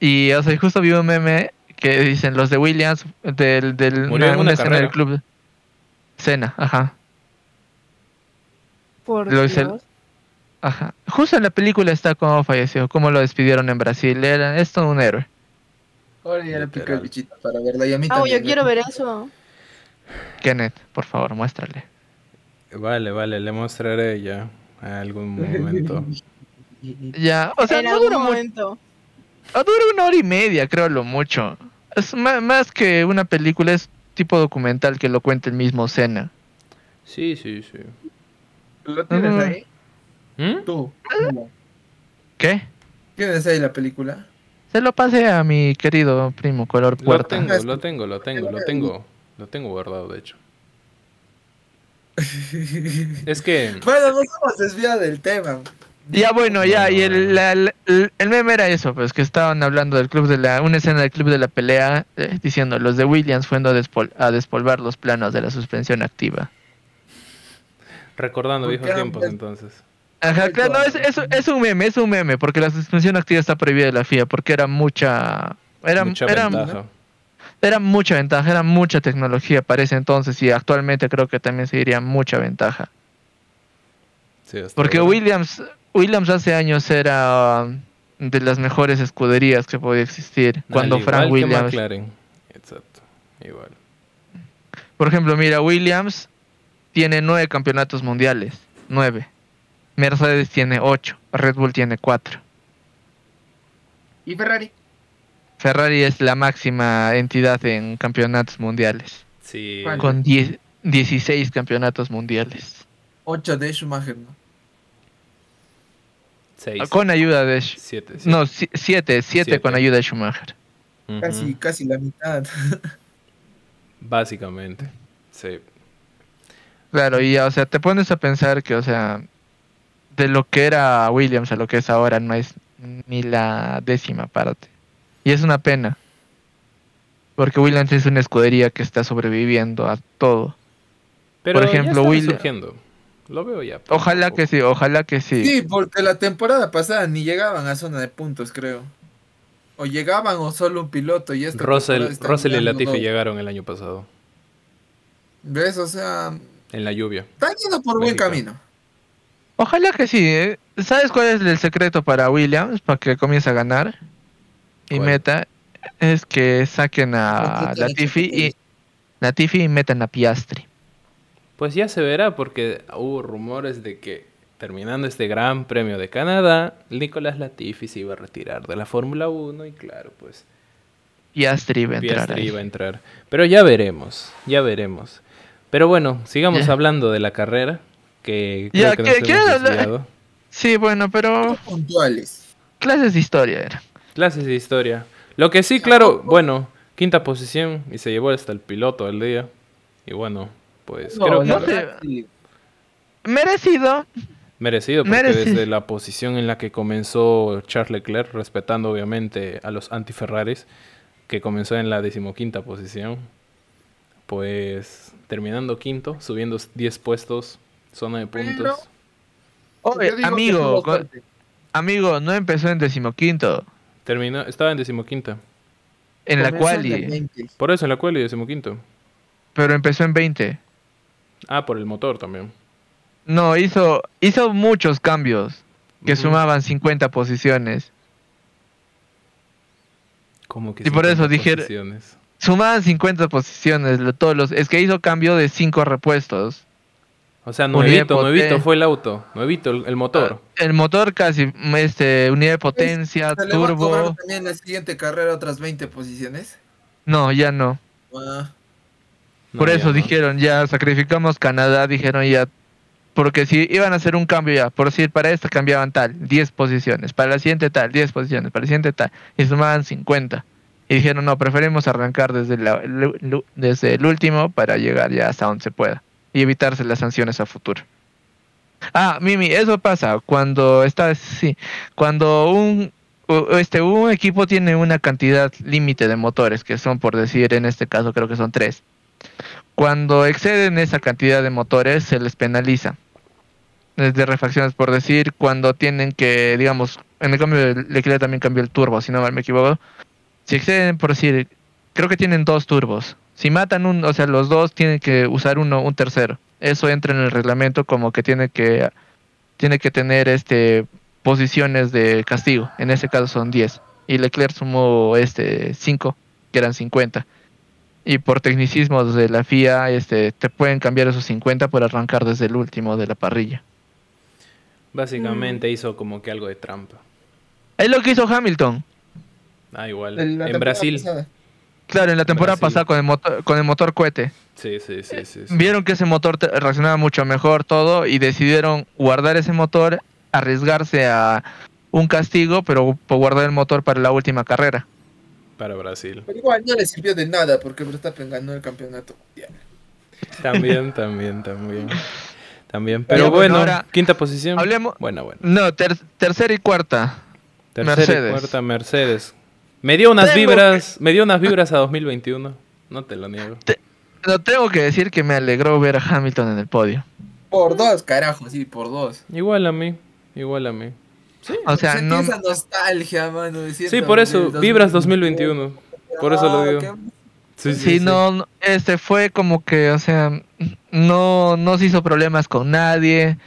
Speaker 3: Y o sea, justo vi un meme que dicen los de Williams, del, del
Speaker 1: Murió en
Speaker 3: una-
Speaker 1: una
Speaker 3: una escena
Speaker 1: carrera.
Speaker 3: del club. Cena, ajajá,
Speaker 4: Por
Speaker 3: Lo hice el-
Speaker 4: Dios.
Speaker 3: ajá. Justo en la película está cómo falleció, cómo lo despidieron en Brasil. Era, es todo un héroe.
Speaker 2: Ahora ya le pica
Speaker 1: Literal.
Speaker 2: el bichito para verla. Y a mí
Speaker 4: Ah,
Speaker 2: también, ¿eh?
Speaker 4: yo
Speaker 2: ¿no?
Speaker 4: quiero ver eso.
Speaker 3: Kenneth, por favor, muéstrale.
Speaker 1: Vale, vale, le mostraré ya en algún momento.
Speaker 3: Ya, o sea,
Speaker 4: en
Speaker 3: no
Speaker 4: algún
Speaker 3: duró, mu-
Speaker 4: momento.
Speaker 3: no duró una hora y media, creo lo mucho. Es ma- más, que una película, es tipo documental que lo cuenta el mismo Cena.
Speaker 1: Sí, sí, sí.
Speaker 2: ¿Lo tienes
Speaker 3: Ah.
Speaker 2: ahí?
Speaker 1: ¿Mm?
Speaker 2: Tú.
Speaker 3: ¿Qué?
Speaker 2: ¿Tienes ahí la película?
Speaker 3: Se lo pasé a mi querido primo color
Speaker 1: Lo
Speaker 3: puerta.
Speaker 1: tengo, lo tengo, lo tengo, lo tengo. Lo tengo guardado, de hecho. Es que...
Speaker 2: Bueno, nos hemos desviado del tema.
Speaker 3: Ya bueno, ya, y
Speaker 1: Bueno.
Speaker 3: el, la- la- el, el meme era eso, pues que estaban hablando del club de la, una escena del club de la pelea, eh, diciendo los de Williams fueron a, despol- a despolvar los planos de la suspensión activa.
Speaker 1: Recordando
Speaker 2: ¿Por
Speaker 1: viejos
Speaker 2: qué
Speaker 1: tiempos
Speaker 2: antes?
Speaker 1: entonces.
Speaker 3: Ajá,
Speaker 2: Ay,
Speaker 3: claro, no, es, es, es un meme, es un meme, porque la suspensión activa está prohibida de la FIA, porque era mucha, era,
Speaker 1: Mucha
Speaker 3: era,
Speaker 1: ventaja.
Speaker 3: era mucha ventaja, era mucha tecnología para ese entonces, y actualmente creo que también seguiría mucha ventaja.
Speaker 1: Sí, hasta
Speaker 3: Porque
Speaker 1: ahora.
Speaker 3: Williams, Williams hace años era um, de las mejores escuderías que podía existir.
Speaker 1: Al
Speaker 3: cuando
Speaker 1: igual
Speaker 3: Frank
Speaker 1: que
Speaker 3: Williams.
Speaker 1: McLaren. Exacto. Igual.
Speaker 3: Por ejemplo, mira, Williams tiene nueve campeonatos mundiales. Nueve. Mercedes tiene ocho. Red Bull tiene cuatro.
Speaker 2: ¿Y Ferrari?
Speaker 3: Ferrari es la máxima entidad en campeonatos mundiales.
Speaker 1: Sí.
Speaker 2: ¿Cuál?
Speaker 3: Con diez- 16 campeonatos mundiales.
Speaker 2: 8 de Schumacher, ¿no?
Speaker 1: Seis.
Speaker 3: Con ayuda de. Sch-
Speaker 1: Siete. siete.
Speaker 3: No, si- siete, siete,
Speaker 1: Siete.
Speaker 3: con ayuda de Schumacher.
Speaker 1: Ujú.
Speaker 2: Casi, casi la mitad.
Speaker 1: Básicamente. Sí.
Speaker 3: Claro, y ya, o sea, te pones a pensar que, o sea, de lo que era Williams a lo que es ahora no es ni la décima parte. Y es una pena. Porque Williams es una escudería que está sobreviviendo a todo.
Speaker 1: Pero
Speaker 3: Por
Speaker 1: ya
Speaker 3: ejemplo,
Speaker 1: está
Speaker 3: Will-
Speaker 1: resurgiendo. Lo veo ya. poco a
Speaker 3: Ojalá
Speaker 1: poco.
Speaker 3: que sí, ojalá que sí.
Speaker 2: Sí, porque la temporada pasada ni llegaban a zona de puntos, creo. O llegaban o solo un piloto y esta temporada
Speaker 1: Russell,
Speaker 2: están
Speaker 1: Russell y
Speaker 2: llegando
Speaker 1: Latifi
Speaker 2: dos.
Speaker 1: llegaron el año pasado.
Speaker 2: ¿Ves? O sea,
Speaker 1: En la lluvia.
Speaker 2: están yendo por buen
Speaker 1: México.
Speaker 2: camino.
Speaker 3: Ojalá que sí. ¿eh? ¿Sabes cuál es el secreto para Williams para que comience a ganar? Y
Speaker 1: ¿Cuál?
Speaker 3: meta es que saquen a
Speaker 2: Ojalá que
Speaker 3: Latifi
Speaker 2: sí.
Speaker 3: y, Latifi y metan a Piastri.
Speaker 1: Pues ya se verá porque hubo rumores de que terminando este Gran Premio de Canadá, Nicolás Latifi se iba a retirar de la Fórmula 1 y claro, pues
Speaker 3: Piastri va a entrar
Speaker 1: Piastri
Speaker 3: ahí.
Speaker 1: iba a entrar. Pero ya veremos, ya veremos. Pero bueno, sigamos
Speaker 3: Ya.
Speaker 1: hablando de la carrera que creo
Speaker 3: Ya,
Speaker 1: que
Speaker 3: ¿qué-
Speaker 1: nos hemos
Speaker 3: qué era la-
Speaker 1: desviado.
Speaker 3: Sí, bueno, pero
Speaker 2: Puntuales.
Speaker 3: clases de historia era.
Speaker 1: Clases de historia. Lo que sí, claro, bueno, quinta posición y se llevó hasta el piloto del día. Y bueno, pues creo que
Speaker 3: no
Speaker 1: lo-
Speaker 3: sé. Merecido.
Speaker 1: merecido porque
Speaker 3: Merecido.
Speaker 1: desde la posición en la que comenzó Charles Leclerc, respetando obviamente a los anti-Ferraris, que comenzó en la decimoquinta posición, pues terminando quinto, subiendo 10 puestos, zona de
Speaker 2: Pero-
Speaker 1: puntos.
Speaker 3: Oye,
Speaker 2: Yo digo que
Speaker 3: amigo,
Speaker 2: tuvo
Speaker 3: co-
Speaker 2: suerte.
Speaker 3: amigo, no empezó en decimoquinto.
Speaker 1: Terminó, estaba en decimoquinta.
Speaker 3: En la
Speaker 2: Comenzó el
Speaker 3: quali,
Speaker 2: 20.
Speaker 1: Por eso en la cual y decimoquinto.
Speaker 3: pero empezó en 20.
Speaker 1: Ah, por el motor también.
Speaker 3: No, hizo, hizo muchos cambios que
Speaker 1: Ujú.
Speaker 3: sumaban 50 posiciones.
Speaker 1: Como que
Speaker 3: Y por
Speaker 1: 50
Speaker 3: eso dijera-
Speaker 1: posiciones.
Speaker 3: Sumaban 50 posiciones, lo- todos los. Es que hizo cambio de 5 repuestos.
Speaker 1: O sea,
Speaker 3: Unidad de
Speaker 1: nuevito,
Speaker 3: poten-
Speaker 1: nuevito fue el auto, nuevito el, el motor.
Speaker 3: El motor casi, mm, este, unidad de potencia,
Speaker 2: Se le va a cobrar
Speaker 3: turbo.
Speaker 2: también la siguiente carrera otras 20 posiciones.
Speaker 3: No, ya no.
Speaker 2: Ah,
Speaker 1: No,
Speaker 3: Por
Speaker 1: ya
Speaker 3: eso
Speaker 1: no.
Speaker 3: dijeron, ya sacrificamos Canadá, dijeron ya. Porque si iban a hacer un cambio ya, por decir, para esta cambiaban tal, 10 posiciones, para la siguiente tal, 10 posiciones, para la siguiente tal, y sumaban 50. Y dijeron, no, preferimos arrancar desde, la- lu- lu- desde el último para llegar ya hasta donde se pueda y evitarse las sanciones a futuro. Ah, Mimi, eso pasa cuando está, sí, cuando un, o- este, un equipo tiene una cantidad límite de motores, que son, por decir, en este caso creo que son tres. Cuando exceden esa cantidad de motores, se les penaliza. Desde refacciones, por decir, cuando tienen que, digamos, en el cambio de Leclerc también cambió el turbo, si no mal me equivoco. Si exceden, por decir, creo que tienen dos turbos. Si matan un, o sea, los dos tienen que usar uno, un tercero. Eso entra en el reglamento como que tiene que tiene que tener este posiciones de castigo. En ese caso son 10 y Leclerc sumó este 5, que eran 50. Y por tecnicismos de la FIA, este te pueden cambiar esos 50 por arrancar desde el último de la parrilla.
Speaker 2: Mm.
Speaker 1: Básicamente hizo como que algo de trampa.
Speaker 3: Es lo que hizo Hamilton.
Speaker 1: Ah, igual.
Speaker 2: En la
Speaker 1: en Brasil.
Speaker 2: temporada pasada.
Speaker 3: Claro, en la temporada
Speaker 1: Brasil.
Speaker 3: pasada con el motor, con el motor cohete.
Speaker 1: Sí, sí, sí, sí. sí.
Speaker 3: Vieron que ese motor te- reaccionaba mucho mejor todo y decidieron guardar ese motor, arriesgarse a un castigo, pero por guardar el motor para la última carrera.
Speaker 1: Para Brasil.
Speaker 2: Pero igual no le sirvió de nada porque Verstappen ganó el campeonato mundial.
Speaker 1: También, también, también. También. Pero
Speaker 3: bueno,
Speaker 1: bueno,
Speaker 3: ahora-
Speaker 1: quinta posición.
Speaker 3: hablemos-
Speaker 1: Bueno, bueno.
Speaker 3: No, ter- tercera y cuarta.
Speaker 1: Tercera y
Speaker 3: Mercedes.
Speaker 1: cuarta, Mercedes. Me dio unas
Speaker 3: Tengo
Speaker 1: vibras, me dio unas vibras a 2021. No te lo niego.
Speaker 3: No tengo que decir que me alegró ver a Hamilton en el podio.
Speaker 2: Por dos, carajo, sí, por dos.
Speaker 1: Igual a mí, igual a mí.
Speaker 3: O sea,
Speaker 2: Sentí
Speaker 3: no,
Speaker 2: esa nostalgia, mano. de
Speaker 1: Sí,
Speaker 2: cierto,
Speaker 1: por
Speaker 2: del
Speaker 1: eso, vibras 2021. Por eso lo
Speaker 2: Ah,
Speaker 1: digo.
Speaker 2: qué-
Speaker 1: Sí, sí,
Speaker 3: sí,
Speaker 1: sí.
Speaker 3: no, no, este fue como que, o sea, no, no se hizo problemas con nadie,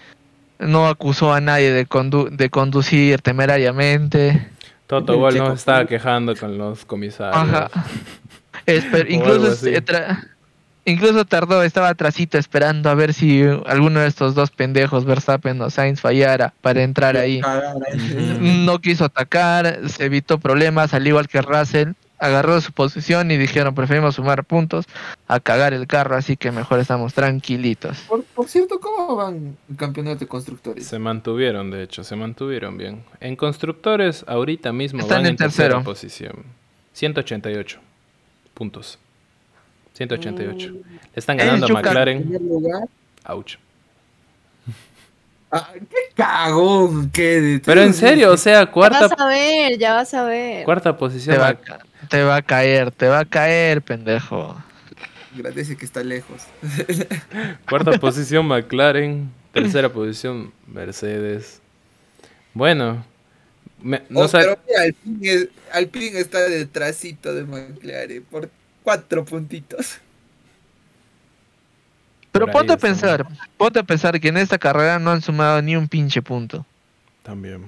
Speaker 3: no acusó a nadie de, condu- de conducir temerariamente.
Speaker 1: Toto Wolff
Speaker 2: Checo.
Speaker 1: nos estaba quejando con los comisarios.
Speaker 3: Ajá. Esper-
Speaker 1: O algo
Speaker 3: incluso,
Speaker 1: así.
Speaker 3: eh, tra- incluso tardó, estaba atrasito esperando a ver si alguno de estos dos pendejos, Verstappen o Sainz, fallara para entrar ahí.
Speaker 2: cagar, ¿eh? ahí.
Speaker 3: No quiso atacar, se evitó problemas, al igual que Russell. Agarró su posición y dijeron, preferimos sumar puntos a cagar el carro, así que mejor estamos tranquilitos.
Speaker 2: Por, por cierto, ¿cómo van el campeonato de constructores?
Speaker 1: Se mantuvieron, de hecho, se mantuvieron bien. En constructores, ahorita mismo
Speaker 3: Están
Speaker 1: van
Speaker 3: en
Speaker 1: en tercera
Speaker 3: tercero.
Speaker 1: posición. 188 puntos.
Speaker 4: Mm.
Speaker 1: 188. Le están
Speaker 3: El
Speaker 1: ganando a
Speaker 3: Yuka-
Speaker 2: En
Speaker 1: McLaren.
Speaker 2: primer lugar.
Speaker 1: Ouch.
Speaker 2: Ah, qué cagón, qué de-
Speaker 1: Pero en serio, o sea,
Speaker 4: Ya
Speaker 1: cuarta,
Speaker 4: vas a ver, ya vas a ver.
Speaker 1: cuarta
Speaker 3: Te
Speaker 1: posición.
Speaker 3: va, a ca- te va a caer, te va a caer, pendejo.
Speaker 2: Agradece que está lejos.
Speaker 1: Cuarta posición McLaren, tercera posición Mercedes. Bueno, me- no
Speaker 2: Oh,
Speaker 1: sé-
Speaker 2: pero mira, Alpine, es- Alpine está detrásito de McLaren por cuatro puntitos.
Speaker 3: Pero
Speaker 1: Por ahí
Speaker 3: ponte a
Speaker 1: está, ¿no?
Speaker 3: pensar, ponte a pensar que en esta carrera no han sumado ni un pinche punto.
Speaker 1: también.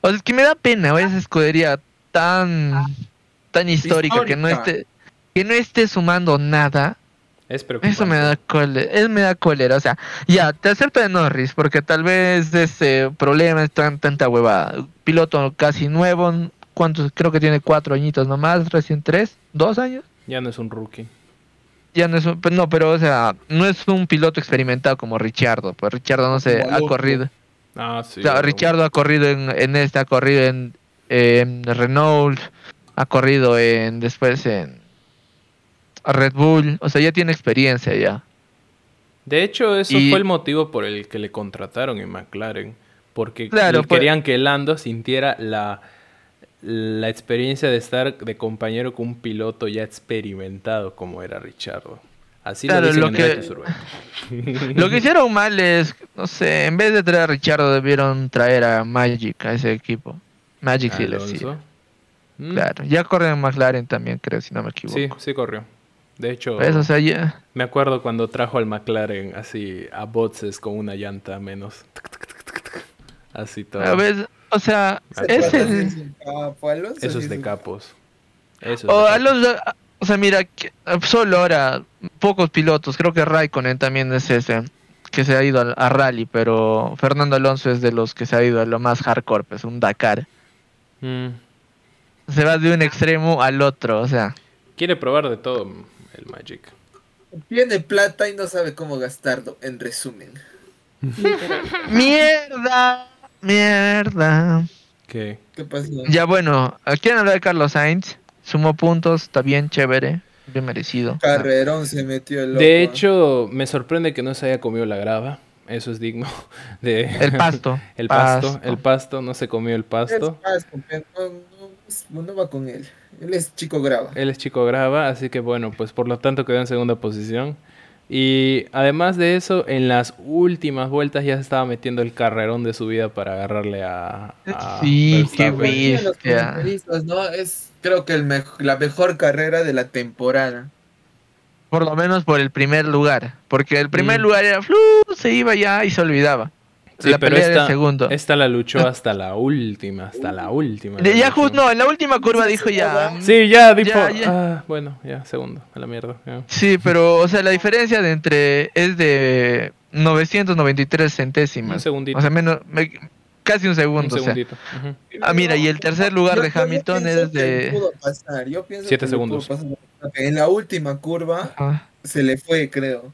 Speaker 3: O sea, es que me da pena ver esa escudería tan, tan histórica, que no
Speaker 2: Histórica.
Speaker 3: esté, que no esté sumando nada.
Speaker 1: Es preocupante.
Speaker 3: Eso me da cólera, es me da cólera, o sea, ya, te acepto de Norris, porque tal vez ese problema es tan, tanta huevada. Piloto casi nuevo, ¿cuántos? Creo que tiene cuatro añitos nomás, recién tres, dos años.
Speaker 1: Ya no es un rookie.
Speaker 3: Ya no es un, pe- no, pero o sea, no es un piloto experimentado como Richardo, pues Richardo no sé,
Speaker 2: Como
Speaker 3: ha
Speaker 2: Alonso.
Speaker 3: corrido.
Speaker 1: Ah, sí.
Speaker 3: O sea,
Speaker 1: bueno.
Speaker 3: Richardo ha corrido en, en este, ha corrido en, en Renault, ha corrido en después en Red Bull, o sea, ya tiene experiencia ya.
Speaker 1: De hecho, eso
Speaker 3: Y-
Speaker 1: fue el motivo por el que le contrataron en McLaren. Porque
Speaker 3: Claro,
Speaker 1: le
Speaker 3: fue-
Speaker 1: querían que Lando sintiera la, la experiencia de estar de compañero con un piloto ya experimentado como era Richardo. Así
Speaker 3: Claro,
Speaker 1: lo dicen
Speaker 3: lo
Speaker 1: en
Speaker 3: que-
Speaker 1: Drive to Survive.
Speaker 3: Lo que hicieron mal es, no sé, en vez de traer a Richardo debieron traer a Magic a ese equipo. Magic sí les
Speaker 1: Alonso. Mm,
Speaker 3: Claro, ya corre en McLaren también, creo, si no me equivoco.
Speaker 1: Sí, sí corrió. De hecho,
Speaker 3: Pues, o sea, ya-
Speaker 1: me acuerdo cuando trajo al McLaren así a boxes con una llanta menos. Así todo.
Speaker 3: a ver, o sea,
Speaker 1: Ah,
Speaker 3: es
Speaker 1: claro.
Speaker 3: el,
Speaker 2: capo, Alonso
Speaker 1: Eso
Speaker 2: sí
Speaker 1: es de
Speaker 2: un-
Speaker 1: capos. Eso es
Speaker 3: O,
Speaker 1: de
Speaker 3: a
Speaker 1: capos.
Speaker 3: los- o sea, mira, que- solo ahora, pocos pilotos, creo que Raikkonen también es ese, que se ha ido al- a, rally, pero Fernando Alonso es de los que se ha ido a lo más hardcore, pues un Dakar.
Speaker 1: Mm.
Speaker 3: Se va de un extremo al otro, o sea,
Speaker 1: Quiere probar de todo mm, el Magic.
Speaker 2: Tiene plata y no sabe cómo gastarlo, en resumen.
Speaker 3: mierda, mierda.
Speaker 1: ¿Qué?
Speaker 2: ¿Qué pasó?
Speaker 3: Ya bueno, ¿quieren hablar de Carlos Sainz? Sumó puntos, está bien, chévere, bien merecido.
Speaker 2: Carrerón se metió el loco.
Speaker 1: De hecho, me sorprende que no se haya comido la grava. Eso es digno de...
Speaker 3: El pasto.
Speaker 1: el pasto, El pasto. No se comió el
Speaker 2: Es
Speaker 1: pasto.
Speaker 2: pasto, pero no, no, es- no va con él. Él es chico grava.
Speaker 1: Él es chico grava, así que bueno, pues por lo tanto quedó en segunda posición. Y además de eso, en las últimas vueltas ya se estaba metiendo el carrerón de su vida para agarrarle a. a
Speaker 3: Sí, qué
Speaker 1: Verstappen.
Speaker 2: Sí, los
Speaker 3: bestia.
Speaker 2: comentaristas, ¿no? Es creo que el mej- la mejor carrera de la temporada.
Speaker 3: Por lo menos por el primer lugar. Porque el primer
Speaker 1: Mm.
Speaker 3: lugar era flu, se iba ya y se olvidaba.
Speaker 1: Sí,
Speaker 3: la
Speaker 1: pero
Speaker 3: pelea del
Speaker 1: esta,
Speaker 3: segundo.
Speaker 1: esta la luchó hasta la última, hasta la última.
Speaker 3: De-
Speaker 1: la
Speaker 3: ya
Speaker 1: luchó.
Speaker 3: justo, no, en la última curva dijo ya.
Speaker 1: Sí, ya, tipo.
Speaker 3: Ya, ya.
Speaker 1: ah, bueno, ya, segundo, a la mierda. ya.
Speaker 3: Sí, pero, o sea, la diferencia de entre es de 993 centésimas.
Speaker 1: Un segundito.
Speaker 3: O sea, menos, me- casi un
Speaker 1: Un
Speaker 3: segundo. o sea.
Speaker 1: segundito. ujú.
Speaker 3: Ah, mira, y el tercer lugar de Hamilton es
Speaker 2: que le
Speaker 3: de...
Speaker 2: pudo pasar, Yo pienso
Speaker 1: Siete
Speaker 2: que le
Speaker 1: segundos.
Speaker 2: pudo pasar a Verstappen. En la última curva
Speaker 3: Ah.
Speaker 2: se le fue, creo.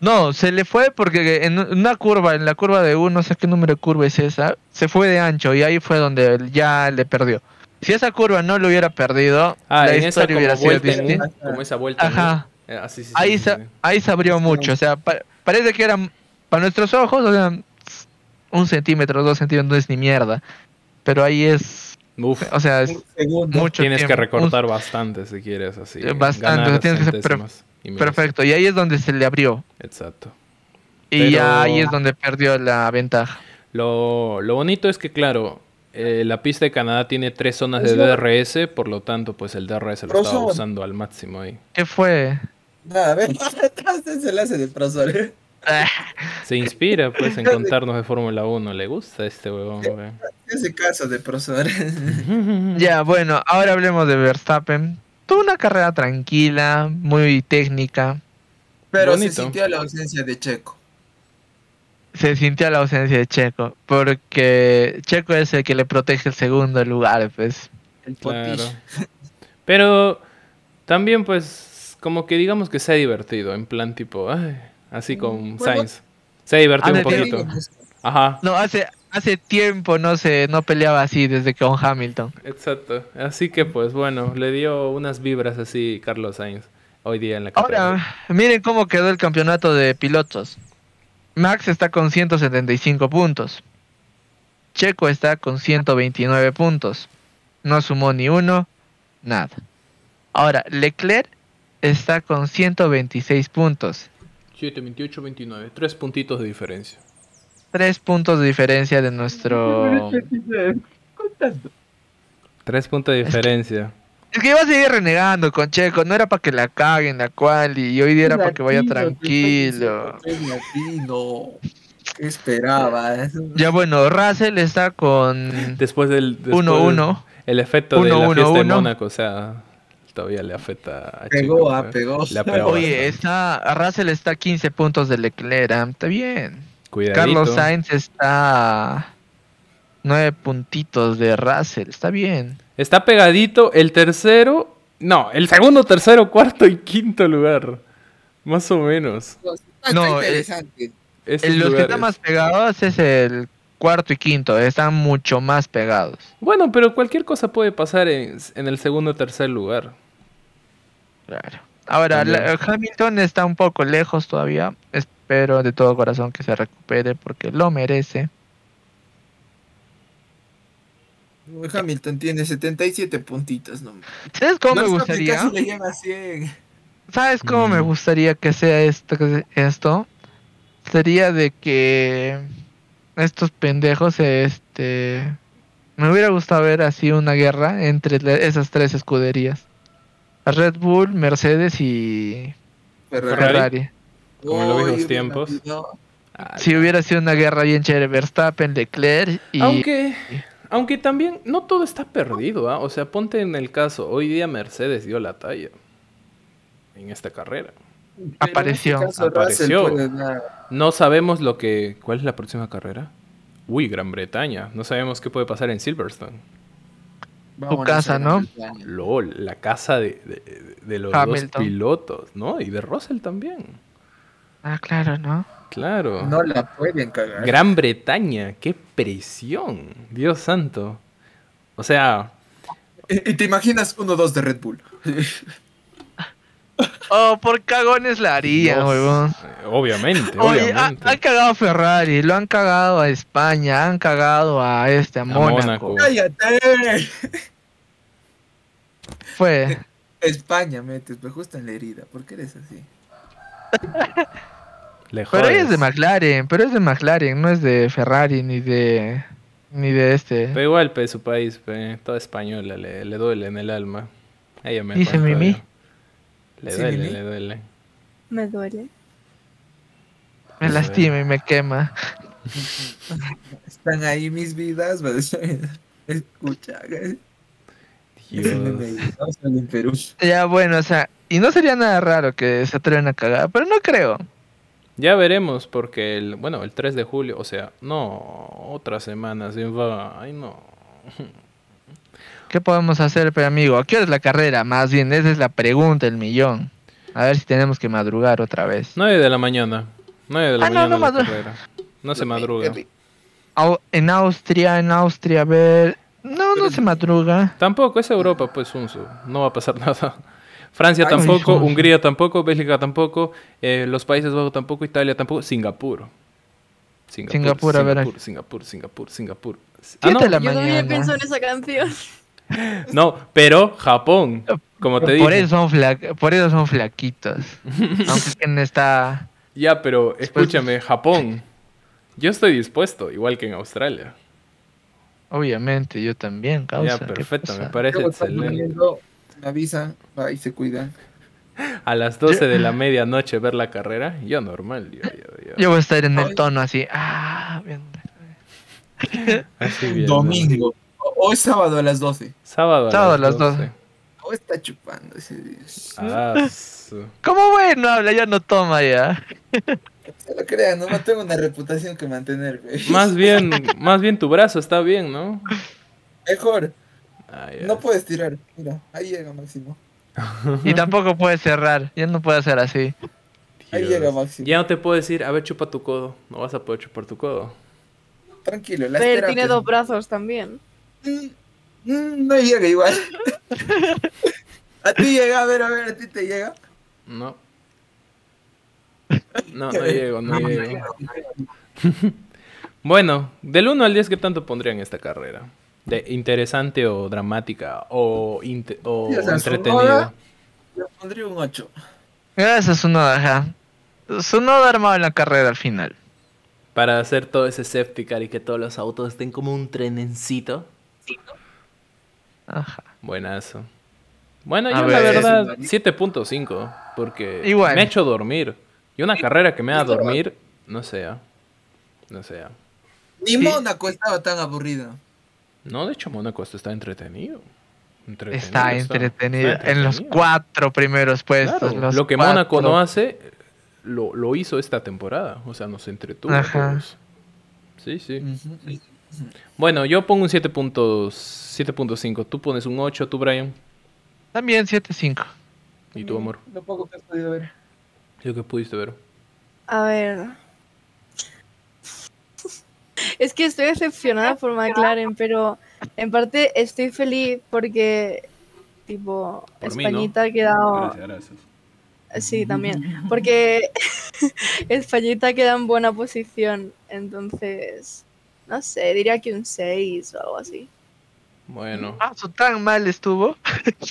Speaker 3: No, se le fue porque en una curva, en la curva de U, no sé qué número de curva es esa, se fue de ancho y ahí fue donde él ya le perdió. Si esa curva no lo hubiera perdido,
Speaker 1: Ah,
Speaker 3: la
Speaker 1: en esa
Speaker 3: historia
Speaker 1: como
Speaker 3: hubiera sido
Speaker 1: vuelta, en U,
Speaker 3: distinta.
Speaker 1: como esa vuelta. en U.
Speaker 3: Ajá,
Speaker 1: Eh, ah, sí, sí, sí, sí,
Speaker 3: ahí se,
Speaker 1: sí.
Speaker 3: ahí se abrió mucho. O sea, pa- parece que era, para nuestros ojos, o sea, un centímetro, dos centímetros no es ni mierda. Pero ahí es,
Speaker 1: Uf,
Speaker 3: o sea, es
Speaker 2: Un segundo.
Speaker 3: mucho
Speaker 1: tienes que
Speaker 3: tiempo, un-
Speaker 1: recortar bastante si quieres así.
Speaker 3: Eh, bastante,
Speaker 1: ganar
Speaker 3: tienes que ser
Speaker 1: centésimas y miles.
Speaker 3: Perfecto, y ahí es donde se le abrió.
Speaker 1: Exacto.
Speaker 3: Y
Speaker 1: Pero-
Speaker 3: ya ahí es donde perdió la ventaja.
Speaker 1: Lo, lo bonito es que, claro, eh, la pista de Canadá tiene tres zonas de
Speaker 2: Eso-
Speaker 1: DRS, por lo tanto, pues el DRS lo estaba
Speaker 2: Rosso.
Speaker 1: usando al máximo ahí.
Speaker 3: ¿Qué fue?
Speaker 2: Nada, a ver, atrás se le hace de profesor.
Speaker 1: Se inspira, pues, en contarnos de Fórmula 1. Le gusta este huevón, güey.
Speaker 2: Ese caso de profesor.
Speaker 1: Mm.
Speaker 3: Ya, bueno, ahora hablemos de Verstappen. Tuvo una carrera tranquila, muy técnica.
Speaker 2: Pero
Speaker 1: Bonito.
Speaker 2: se sintió la ausencia de Checo.
Speaker 3: Se sintió la ausencia de Checo, porque Checo es el que le protege el segundo lugar, pues.
Speaker 2: El
Speaker 1: Claro.
Speaker 2: potiche.
Speaker 1: Pero también, pues, como que digamos que se ha divertido, en plan tipo, ay, así
Speaker 3: Mm,
Speaker 1: con
Speaker 2: Bueno.
Speaker 1: Sainz. Se ha divertido
Speaker 3: Ah,
Speaker 1: un
Speaker 3: de- de-
Speaker 1: poquito.
Speaker 2: pues,
Speaker 1: Ajá,
Speaker 3: No, hace, hace tiempo no se no peleaba así desde con Hamilton.
Speaker 1: exacto. Así que, pues, bueno, le dio unas vibras así Carlos Sainz hoy día en la carrera.
Speaker 3: Ahora, miren cómo quedó el campeonato de pilotos. Max está con 175 puntos. Checo está con 129 puntos. No sumó ni uno, nada. Ahora, Leclerc está con 126 puntos.
Speaker 1: 7, 28, 29. Tres puntitos de diferencia.
Speaker 3: Tres puntos de diferencia de nuestro...
Speaker 1: Tres puntos de
Speaker 3: Es que-
Speaker 1: diferencia.
Speaker 3: Es que iba a seguir renegando con Checo. No era para que la caguen la cual y hoy día era para que vaya tranquilo.
Speaker 2: Es latino. ¿Qué esperabas?
Speaker 3: Ya bueno, Russell está con
Speaker 1: Después del. después
Speaker 3: 1-1.
Speaker 1: El efecto de
Speaker 3: Uno,
Speaker 1: la
Speaker 3: uno,
Speaker 1: fiesta de
Speaker 3: uno.
Speaker 1: Mónaco, o sea, todavía le afecta a
Speaker 2: Pegó,
Speaker 1: Chico,
Speaker 2: ah,
Speaker 1: ¿eh?
Speaker 2: pegó.
Speaker 1: Le ha pegado
Speaker 3: Oye,
Speaker 1: bastante.
Speaker 3: está, Russell está a 15 puntos de Leclerc, ah, está bien.
Speaker 1: Cuidadito.
Speaker 3: Carlos Sainz está a 9 puntitos de Russell, está bien.
Speaker 1: Está pegadito el tercero. No, el segundo, tercero, cuarto y quinto lugar. Más o menos.
Speaker 2: Está
Speaker 3: No,
Speaker 2: interesante.
Speaker 1: Esos
Speaker 3: El- los que
Speaker 1: lugares.
Speaker 3: están más pegados es el cuarto y quinto, están mucho más pegados.
Speaker 1: Bueno, pero cualquier cosa puede pasar en, en el segundo o tercer lugar.
Speaker 3: Claro. Ahora,
Speaker 1: También.
Speaker 3: la- Hamilton está un poco lejos todavía. Espero de todo corazón que se recupere porque lo merece.
Speaker 2: Uy, Hamilton tiene 77 puntitos. No,
Speaker 3: ¿Sabes cómo
Speaker 2: No,
Speaker 3: me
Speaker 2: es que
Speaker 3: gustaría?
Speaker 2: Casi le lleva 100.
Speaker 3: ¿Sabes cómo me
Speaker 1: Mm.
Speaker 3: gustaría que sea esto? que se- esto? Sería de que estos pendejos, este... Me hubiera gustado ver así una guerra entre le- esas tres escuderías. Red Bull, Mercedes y
Speaker 1: Ferrari.
Speaker 3: Ferrari.
Speaker 1: Como lo vi los
Speaker 2: Uy,
Speaker 1: tiempos.
Speaker 2: rápido.
Speaker 1: Ah,
Speaker 3: Si hubiera sido una guerra bien chévere, Verstappen, Leclerc y...
Speaker 1: Aunque, aunque también no todo está perdido, ¿ah? O sea, ponte en el caso, hoy día Mercedes dio la talla en esta carrera.
Speaker 2: Pero en
Speaker 3: Apareció.
Speaker 2: este caso, Russell
Speaker 1: Apareció.
Speaker 2: puede dar.
Speaker 1: No sabemos lo que... ¿Cuál es la próxima carrera? Uy, Gran Bretaña. No sabemos qué puede pasar en Silverstone.
Speaker 2: Vámonos
Speaker 3: casa,
Speaker 2: a la
Speaker 3: ¿no?
Speaker 2: montaña.
Speaker 1: LOL, la casa de, de- de los
Speaker 3: Hamilton.
Speaker 1: dos pilotos, ¿no? Y de Russell también.
Speaker 3: Ah, claro, ¿no?
Speaker 1: Claro.
Speaker 2: No la pueden cagar.
Speaker 1: Gran Bretaña, qué presión. Dios santo. O sea,
Speaker 2: y, y te imaginas 1-2 de Red Bull.
Speaker 3: Oh, por cagones la harían,
Speaker 1: Dios.
Speaker 3: huevón.
Speaker 1: eh, obviamente,
Speaker 3: Oye, ha-
Speaker 1: obviamente.
Speaker 3: han cagado a Ferrari, lo han cagado a España, han cagado a este, a, Mónaco.
Speaker 1: Mónaco.
Speaker 2: ¡Cállate!
Speaker 3: Fue.
Speaker 2: España, metes, me justo en la herida. ¿Por qué eres así?
Speaker 1: Le
Speaker 3: Pero
Speaker 1: jodes.
Speaker 3: ella es de McLaren, pero es de McLaren, no es de Ferrari ni de ni de este.
Speaker 1: Pero igual, pe, su país, pe, toda española, le, le duele en el alma. Ella me
Speaker 3: Dice
Speaker 1: contó,
Speaker 3: Mimi.
Speaker 1: yo. Le
Speaker 2: Sí,
Speaker 1: duele,
Speaker 2: Mimi.
Speaker 1: le duele.
Speaker 4: Me duele.
Speaker 1: eh,
Speaker 3: me lastima y me quema.
Speaker 2: Están ahí mis vidas, va a decir, Escucha, güey.
Speaker 1: Dios.
Speaker 2: Ese meme, Estamos en Perú.
Speaker 3: Ya bueno, o sea, y no sería nada raro que se atreven a cagar, pero no creo.
Speaker 1: Ya veremos, porque el, bueno, el 3 de julio, o sea, no, otra semana se va. Ay, no.
Speaker 3: ¿Qué podemos hacer, pero amigo? ¿A qué hora es la carrera? Más bien, esa es la pregunta, el millón. A ver si tenemos que madrugar otra vez.
Speaker 1: 9 de la mañana. 9 de la
Speaker 3: Ah, no, Eh,
Speaker 1: mañana.
Speaker 3: no
Speaker 1: la
Speaker 3: madru-
Speaker 1: carrera. no se madruga.
Speaker 3: Au- En Austria, en Austria, a ver. No, no se madruga.
Speaker 1: Tampoco, es Europa, pues, Unzu. No va a pasar nada. Francia
Speaker 2: Ay,
Speaker 1: tampoco,
Speaker 3: Unzu.
Speaker 1: Hungría tampoco, Bélgica tampoco, eh, los Países Bajos tampoco, Italia tampoco, Singapur.
Speaker 3: Singapur, a ver.
Speaker 1: Singapur, Singapur, Singapur, Singapur. Ah,
Speaker 3: Siete de la
Speaker 4: Yo también
Speaker 3: mañana.
Speaker 4: pienso en esa canción.
Speaker 1: no, no, pero Japón, como te
Speaker 3: Por
Speaker 1: dije.
Speaker 3: eso son fla- por eso son flaquitos. Aunque quien está
Speaker 1: Ya, pero escúchame, Japón. Yo estoy dispuesto, igual que en Australia.
Speaker 3: obviamente yo también,
Speaker 1: ya,
Speaker 3: causa. ¿qué
Speaker 1: perfecto,
Speaker 3: pasa?
Speaker 1: me parece
Speaker 2: Luego están
Speaker 1: excelente.
Speaker 2: durmiendo, Me avisan, va y se cuidan.
Speaker 1: A las 12 de la medianoche ver la carrera, yo normal. Yo, yo- yo.
Speaker 3: Yo voy a estar en
Speaker 2: Ay.
Speaker 3: el tono así. Ah, bien.
Speaker 1: Así bien, ¿no?
Speaker 2: Domingo. O- Hoy sábado a las 12.
Speaker 1: Sábado a
Speaker 3: Sábado a
Speaker 1: las
Speaker 3: las
Speaker 1: 12.
Speaker 2: Hoy está chupando ese día.
Speaker 1: Ah, su-
Speaker 3: ¿Cómo bueno habla? Ya no toma ya.
Speaker 2: Se lo crean, no, no tengo una reputación que mantener, güey.
Speaker 1: Más bien, más bien tu brazo está bien, ¿no?
Speaker 2: Mejor.
Speaker 1: Ah, ya.
Speaker 2: No puedes tirar. Mira, ahí llega Máximo.
Speaker 3: Y tampoco puede cerrar. Ya no puede hacer así.
Speaker 2: Ahí
Speaker 1: Dios.
Speaker 2: llega Máximo.
Speaker 1: Ya no te puedo decir, a ver, chupa tu codo. No vas a poder chupar tu codo.
Speaker 2: Tranquilo, la Mm,
Speaker 4: Pero tiene dos brazos también.
Speaker 2: No llega igual. a ti llega, a ver, a ver, a ti te llega.
Speaker 1: No. No, no llego, no llego. Bueno, del 1 al 10, ¿qué tanto pondrían esta carrera? De interesante o dramática o, inte- o
Speaker 2: Sí, o sea,
Speaker 1: entretenida.
Speaker 2: Sonoda. Le pondría un 8.
Speaker 3: Gracias, Sunoda. ajá. Sunoda armado en la carrera al final.
Speaker 1: Para hacer todo ese sépticar y que todos los autos estén como un trenencito.
Speaker 3: Ajá.
Speaker 1: Buenazo. Bueno,
Speaker 3: A
Speaker 1: yo la
Speaker 3: ver.
Speaker 1: verdad, 7.5, porque
Speaker 3: Igual.
Speaker 1: me ha hecho dormir. Y una carrera que me haga dormir, no sé. ah. No sé. ah.
Speaker 2: Ni Mónaco estaba tan aburrido.
Speaker 1: No, de hecho, Mónaco esto está entretenido. Entretenido
Speaker 3: Está entretenido. En los
Speaker 1: entretenido.
Speaker 3: cuatro primeros puestos.
Speaker 1: Claro,
Speaker 3: los
Speaker 1: lo que
Speaker 3: cuatro.
Speaker 1: Mónaco no hace, lo, lo hizo esta temporada. O sea, nos entretuvo. a
Speaker 3: Ajá.
Speaker 1: todos. Sí, sí.
Speaker 2: Ujú.
Speaker 1: Bueno, yo pongo un 7.0, 7.5. Tú pones un 8, tú, Brian.
Speaker 3: También 7-5.
Speaker 1: Y tu amor.
Speaker 2: Lo poco que has podido ver.
Speaker 1: Yo que pudiste ver.
Speaker 4: A ver. Es que estoy decepcionada por McLaren, pero en parte estoy feliz porque, tipo,
Speaker 1: Por mí, ¿no?
Speaker 4: Españita ha quedado.
Speaker 1: Gracias, gracias.
Speaker 4: Sí, también. Porque Españita queda en buena posición. Entonces, no sé, diría que un 6 o algo así.
Speaker 1: Bueno,
Speaker 3: Ah, su tan mal estuvo.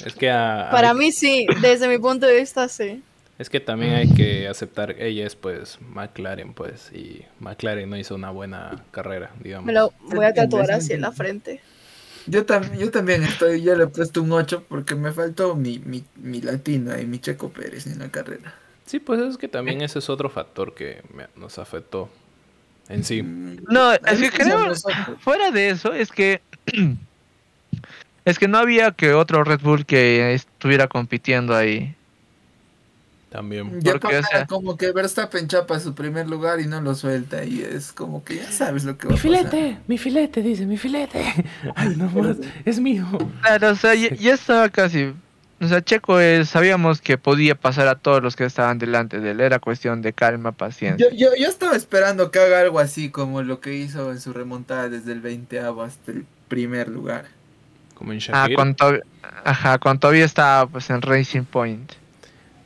Speaker 1: es que a-
Speaker 4: Para
Speaker 1: hay-
Speaker 4: mí sí, desde mi punto de vista sí.
Speaker 1: es que también hay que aceptar, ella es pues McLaren, pues, y McLaren no hizo una buena carrera, digamos.
Speaker 4: Me lo voy a
Speaker 2: Entiendo,
Speaker 4: tatuar
Speaker 2: sí,
Speaker 4: así en la
Speaker 2: entiendo.
Speaker 4: frente.
Speaker 2: Yo, tam- yo también estoy, yo le he puesto un 8 porque me faltó mi, mi, mi latina y mi Checo Pérez en la carrera.
Speaker 1: Sí, pues es que
Speaker 2: Eh.
Speaker 1: también ese es otro factor que me- nos afectó en sí.
Speaker 2: Mm.
Speaker 3: No,
Speaker 2: A
Speaker 3: es que
Speaker 2: veces a
Speaker 3: creo.
Speaker 2: nosotros-
Speaker 3: Fuera de eso, es que. es que no había que otro Red Bull que estuviera compitiendo ahí.
Speaker 1: También.
Speaker 2: Ya
Speaker 3: Porque, o
Speaker 2: pasa
Speaker 3: sea-
Speaker 2: como que Verstappen chapa su primer lugar y no lo suelta y es como que ya sabes lo que va a pasar.
Speaker 1: mi filete, dice, mi filete. Ay, no más, es mío.
Speaker 3: Claro, o sea, ya, ya estaba casi. O sea, Checo eh, sabíamos que podía pasar a todos los que estaban delante de él. Era cuestión de calma, paciencia.
Speaker 2: Yo, yo, yo estaba esperando que haga algo así como lo que hizo en su remontada desde el 20 hasta el primer lugar.
Speaker 1: Como en
Speaker 3: Ah,
Speaker 1: Shakira.
Speaker 3: cuando, todavía- ajá, cuando todavía estaba pues, en Racing Point.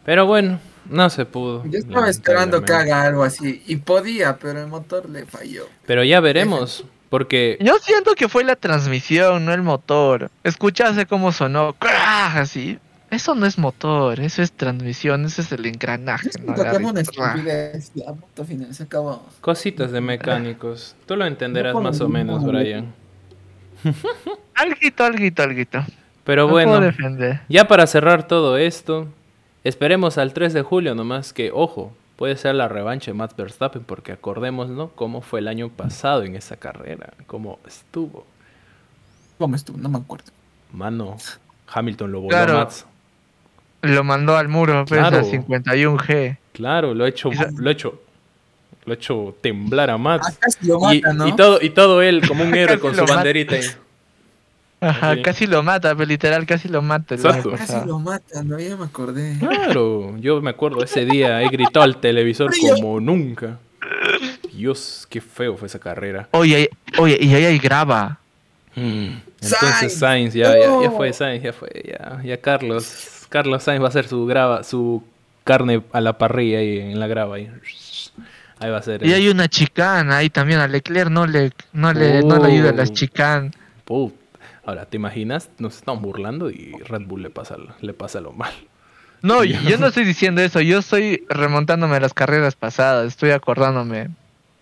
Speaker 1: Pero bueno, no se pudo.
Speaker 2: Yo estaba esperando que
Speaker 1: lamentablemente.
Speaker 2: haga algo así y podía, pero el motor le falló.
Speaker 1: Pero ya veremos, porque
Speaker 3: Yo siento que fue la transmisión, no el motor. Escuchase cómo sonó. ¡crash! Así. Eso no es motor, eso es transmisión, eso es el engranaje. ¿no? La
Speaker 2: Toquemos una
Speaker 3: ritma.
Speaker 2: estupidez, ya, punto final, se acabó.
Speaker 1: Cositas de mecánicos. Tú lo entenderás
Speaker 2: No,
Speaker 1: más o menos,
Speaker 2: no, no.
Speaker 1: Brian.
Speaker 3: Alguito, alguito, alguito.
Speaker 1: Pero
Speaker 3: No puedo
Speaker 1: bueno,
Speaker 3: defender.
Speaker 1: ya para cerrar todo esto, esperemos al 3 de julio nomás que, ojo, puede ser la revancha de Max Verstappen porque acordemos, ¿no? Cómo fue el año pasado en esa carrera, cómo estuvo.
Speaker 2: ¿Cómo estuvo? No me acuerdo.
Speaker 1: Mano, Hamilton lo voló
Speaker 3: Claro.
Speaker 1: a Max.
Speaker 3: Lo mandó al muro, pues,
Speaker 1: Claro.
Speaker 3: a 51G.
Speaker 1: Claro, lo ha hecho,
Speaker 3: Esa- Ah,
Speaker 1: lo ha hecho, lo ha hecho temblar a Max.
Speaker 2: Acá sí Ah, lo
Speaker 1: Y,
Speaker 2: mata, ¿no?
Speaker 1: y todo, y todo él como un héroe
Speaker 3: Casi
Speaker 1: con
Speaker 3: lo
Speaker 1: su
Speaker 3: mata.
Speaker 1: banderita. ahí.
Speaker 3: Ajá,
Speaker 1: Sí.
Speaker 3: casi lo mata, pero literal, casi lo mata. el año
Speaker 1: Exacto.
Speaker 2: Casi
Speaker 3: pasado.
Speaker 2: lo mata, no, ya me acordé.
Speaker 1: Claro, yo me acuerdo ese día, he gritado al televisor como nunca. Dios, qué feo fue esa carrera.
Speaker 3: Oye, oye, y ahí hay grava.
Speaker 1: Mm,
Speaker 2: Hmm. Sainz,
Speaker 1: Entonces Sainz, ya, ya, ya
Speaker 2: no.
Speaker 1: fue Sainz, ya fue, ya, ya Carlos. Carlos Sainz va a hacer su grava, su carne a la parrilla ahí en la grava. Ahí, Ahí va a ser.
Speaker 3: Y hay una chicana ahí también. A Leclerc no le, no le, no le ayuda a las
Speaker 1: Oh.
Speaker 3: chicanas.
Speaker 1: Put. Ahora, ¿te imaginas? Nos estamos burlando y Red Bull le pasa, lo- le pasa lo mal.
Speaker 3: No, yo yo no estoy diciendo eso. Yo estoy remontándome a las carreras pasadas. Estoy acordándome.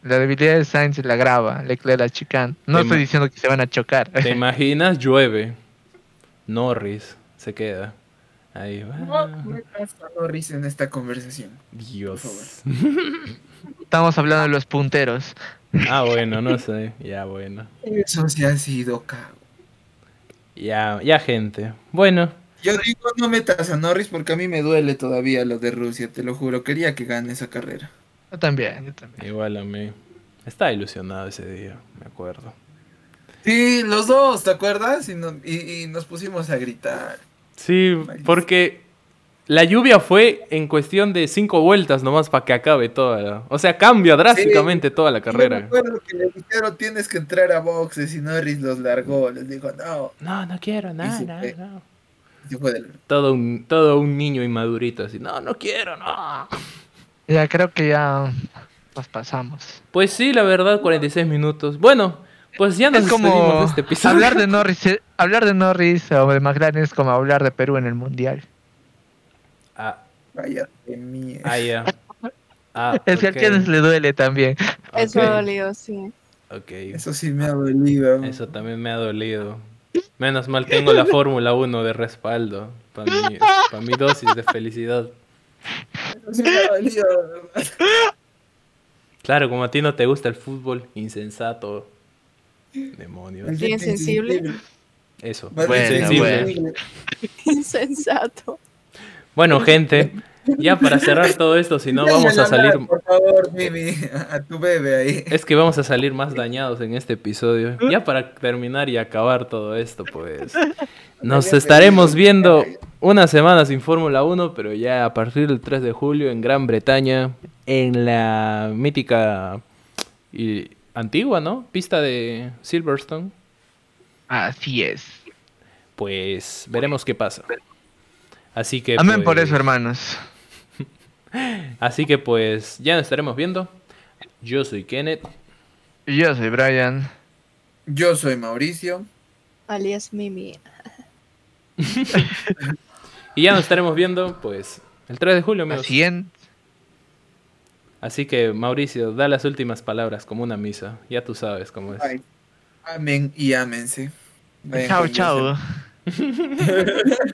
Speaker 3: La debilidad de Sainz y la grava. Leclerc la chicana. No
Speaker 1: Te
Speaker 3: estoy
Speaker 1: ima-
Speaker 3: diciendo que se van a chocar.
Speaker 1: ¿Te imaginas? Llueve. Norris se queda. Ahí va.
Speaker 2: No, no hay caso a Norris en esta conversación.
Speaker 1: Dios.
Speaker 3: Estamos hablando de los punteros.
Speaker 1: Ah, bueno, no sé. Ya, bueno.
Speaker 2: Eso sí ha sido cago.
Speaker 1: Ya, ya, gente. Bueno,
Speaker 2: Yo digo, no metas a Norris porque a mí me duele todavía lo de Rusia, te lo juro. Quería que gane esa carrera.
Speaker 3: Yo también, yo también.
Speaker 1: igual a mí. Estaba ilusionado ese día, me acuerdo.
Speaker 2: Sí, los dos, ¿te acuerdas? Y, no- y- y nos pusimos a gritar.
Speaker 1: Sí, porque la lluvia fue en cuestión de cinco vueltas nomás para que acabe toda la... O sea, cambia drásticamente toda la
Speaker 2: Yo me
Speaker 1: carrera.
Speaker 2: acuerdo que le dijeron tienes que entrar a boxes y Norris los largó. Les dijo, no.
Speaker 1: No, no quiero,
Speaker 2: Y
Speaker 1: nada,
Speaker 2: se
Speaker 1: nada,
Speaker 2: fue.
Speaker 1: no.
Speaker 2: Y se fue del-
Speaker 1: eh, Todo un, todo un niño inmadurito así, no, no quiero, no.
Speaker 3: Ya creo que ya nos pasamos.
Speaker 1: Pues sí, la verdad, 46 minutos. Bueno, pues ya nos
Speaker 3: Es como
Speaker 1: despedimos de este episodio.
Speaker 3: hablar de Norris, eh, hablar de Norris o de McLaren es como hablar de Perú en el mundial.
Speaker 1: Ah,
Speaker 2: Cállate, mierda.
Speaker 1: ah, ya. Ah,
Speaker 3: Es que
Speaker 1: ok,
Speaker 3: a quienes le duele también.
Speaker 4: Eso
Speaker 1: ok,
Speaker 4: me dolió, sí.
Speaker 1: ok.
Speaker 2: Eso sí me ha dolido.
Speaker 1: Eso también me ha dolido. Menos mal tengo la Fórmula 1 de respaldo para mi, pa' mi dosis de felicidad.
Speaker 2: Eso sí me ha dolido.
Speaker 1: Claro, como a ti no te gusta el fútbol, insensato. Demonios.
Speaker 4: Bien sensible.
Speaker 1: Eso.
Speaker 2: Más
Speaker 3: Bueno,
Speaker 1: insensible.
Speaker 2: sensible.
Speaker 4: Insensato.
Speaker 1: Bueno, gente, ya para cerrar todo esto, si no
Speaker 2: Enséñale
Speaker 1: vamos a
Speaker 2: hablar,
Speaker 1: salir...
Speaker 2: Por favor, Mimi, a tu bebé ahí.
Speaker 1: Es que vamos a salir más dañados en este episodio. Ya para terminar y acabar todo esto, pues. Nos estaremos viendo una semana sin Fórmula 1, pero ya a partir del 3 de julio en Gran Bretaña, en la mítica y antigua, ¿no? Pista de Silverstone.
Speaker 3: Así es.
Speaker 1: Pues veremos qué pasa. Así que.
Speaker 3: Amén por
Speaker 1: pues,
Speaker 3: eso, hermanos.
Speaker 1: Así que, pues, ya nos estaremos viendo. Yo soy Kenneth.
Speaker 3: Y Yo soy Brian.
Speaker 2: Yo soy Mauricio.
Speaker 4: Alias Mimi.
Speaker 1: Y ya nos estaremos viendo, pues, el 3 de julio, amigos.
Speaker 3: Así en-
Speaker 1: Así que, Mauricio, da las últimas palabras como una misa. Ya tú sabes cómo es.
Speaker 2: Ay, Amén y ámense. Vayan
Speaker 3: Chao,
Speaker 2: con Dios.
Speaker 3: chao.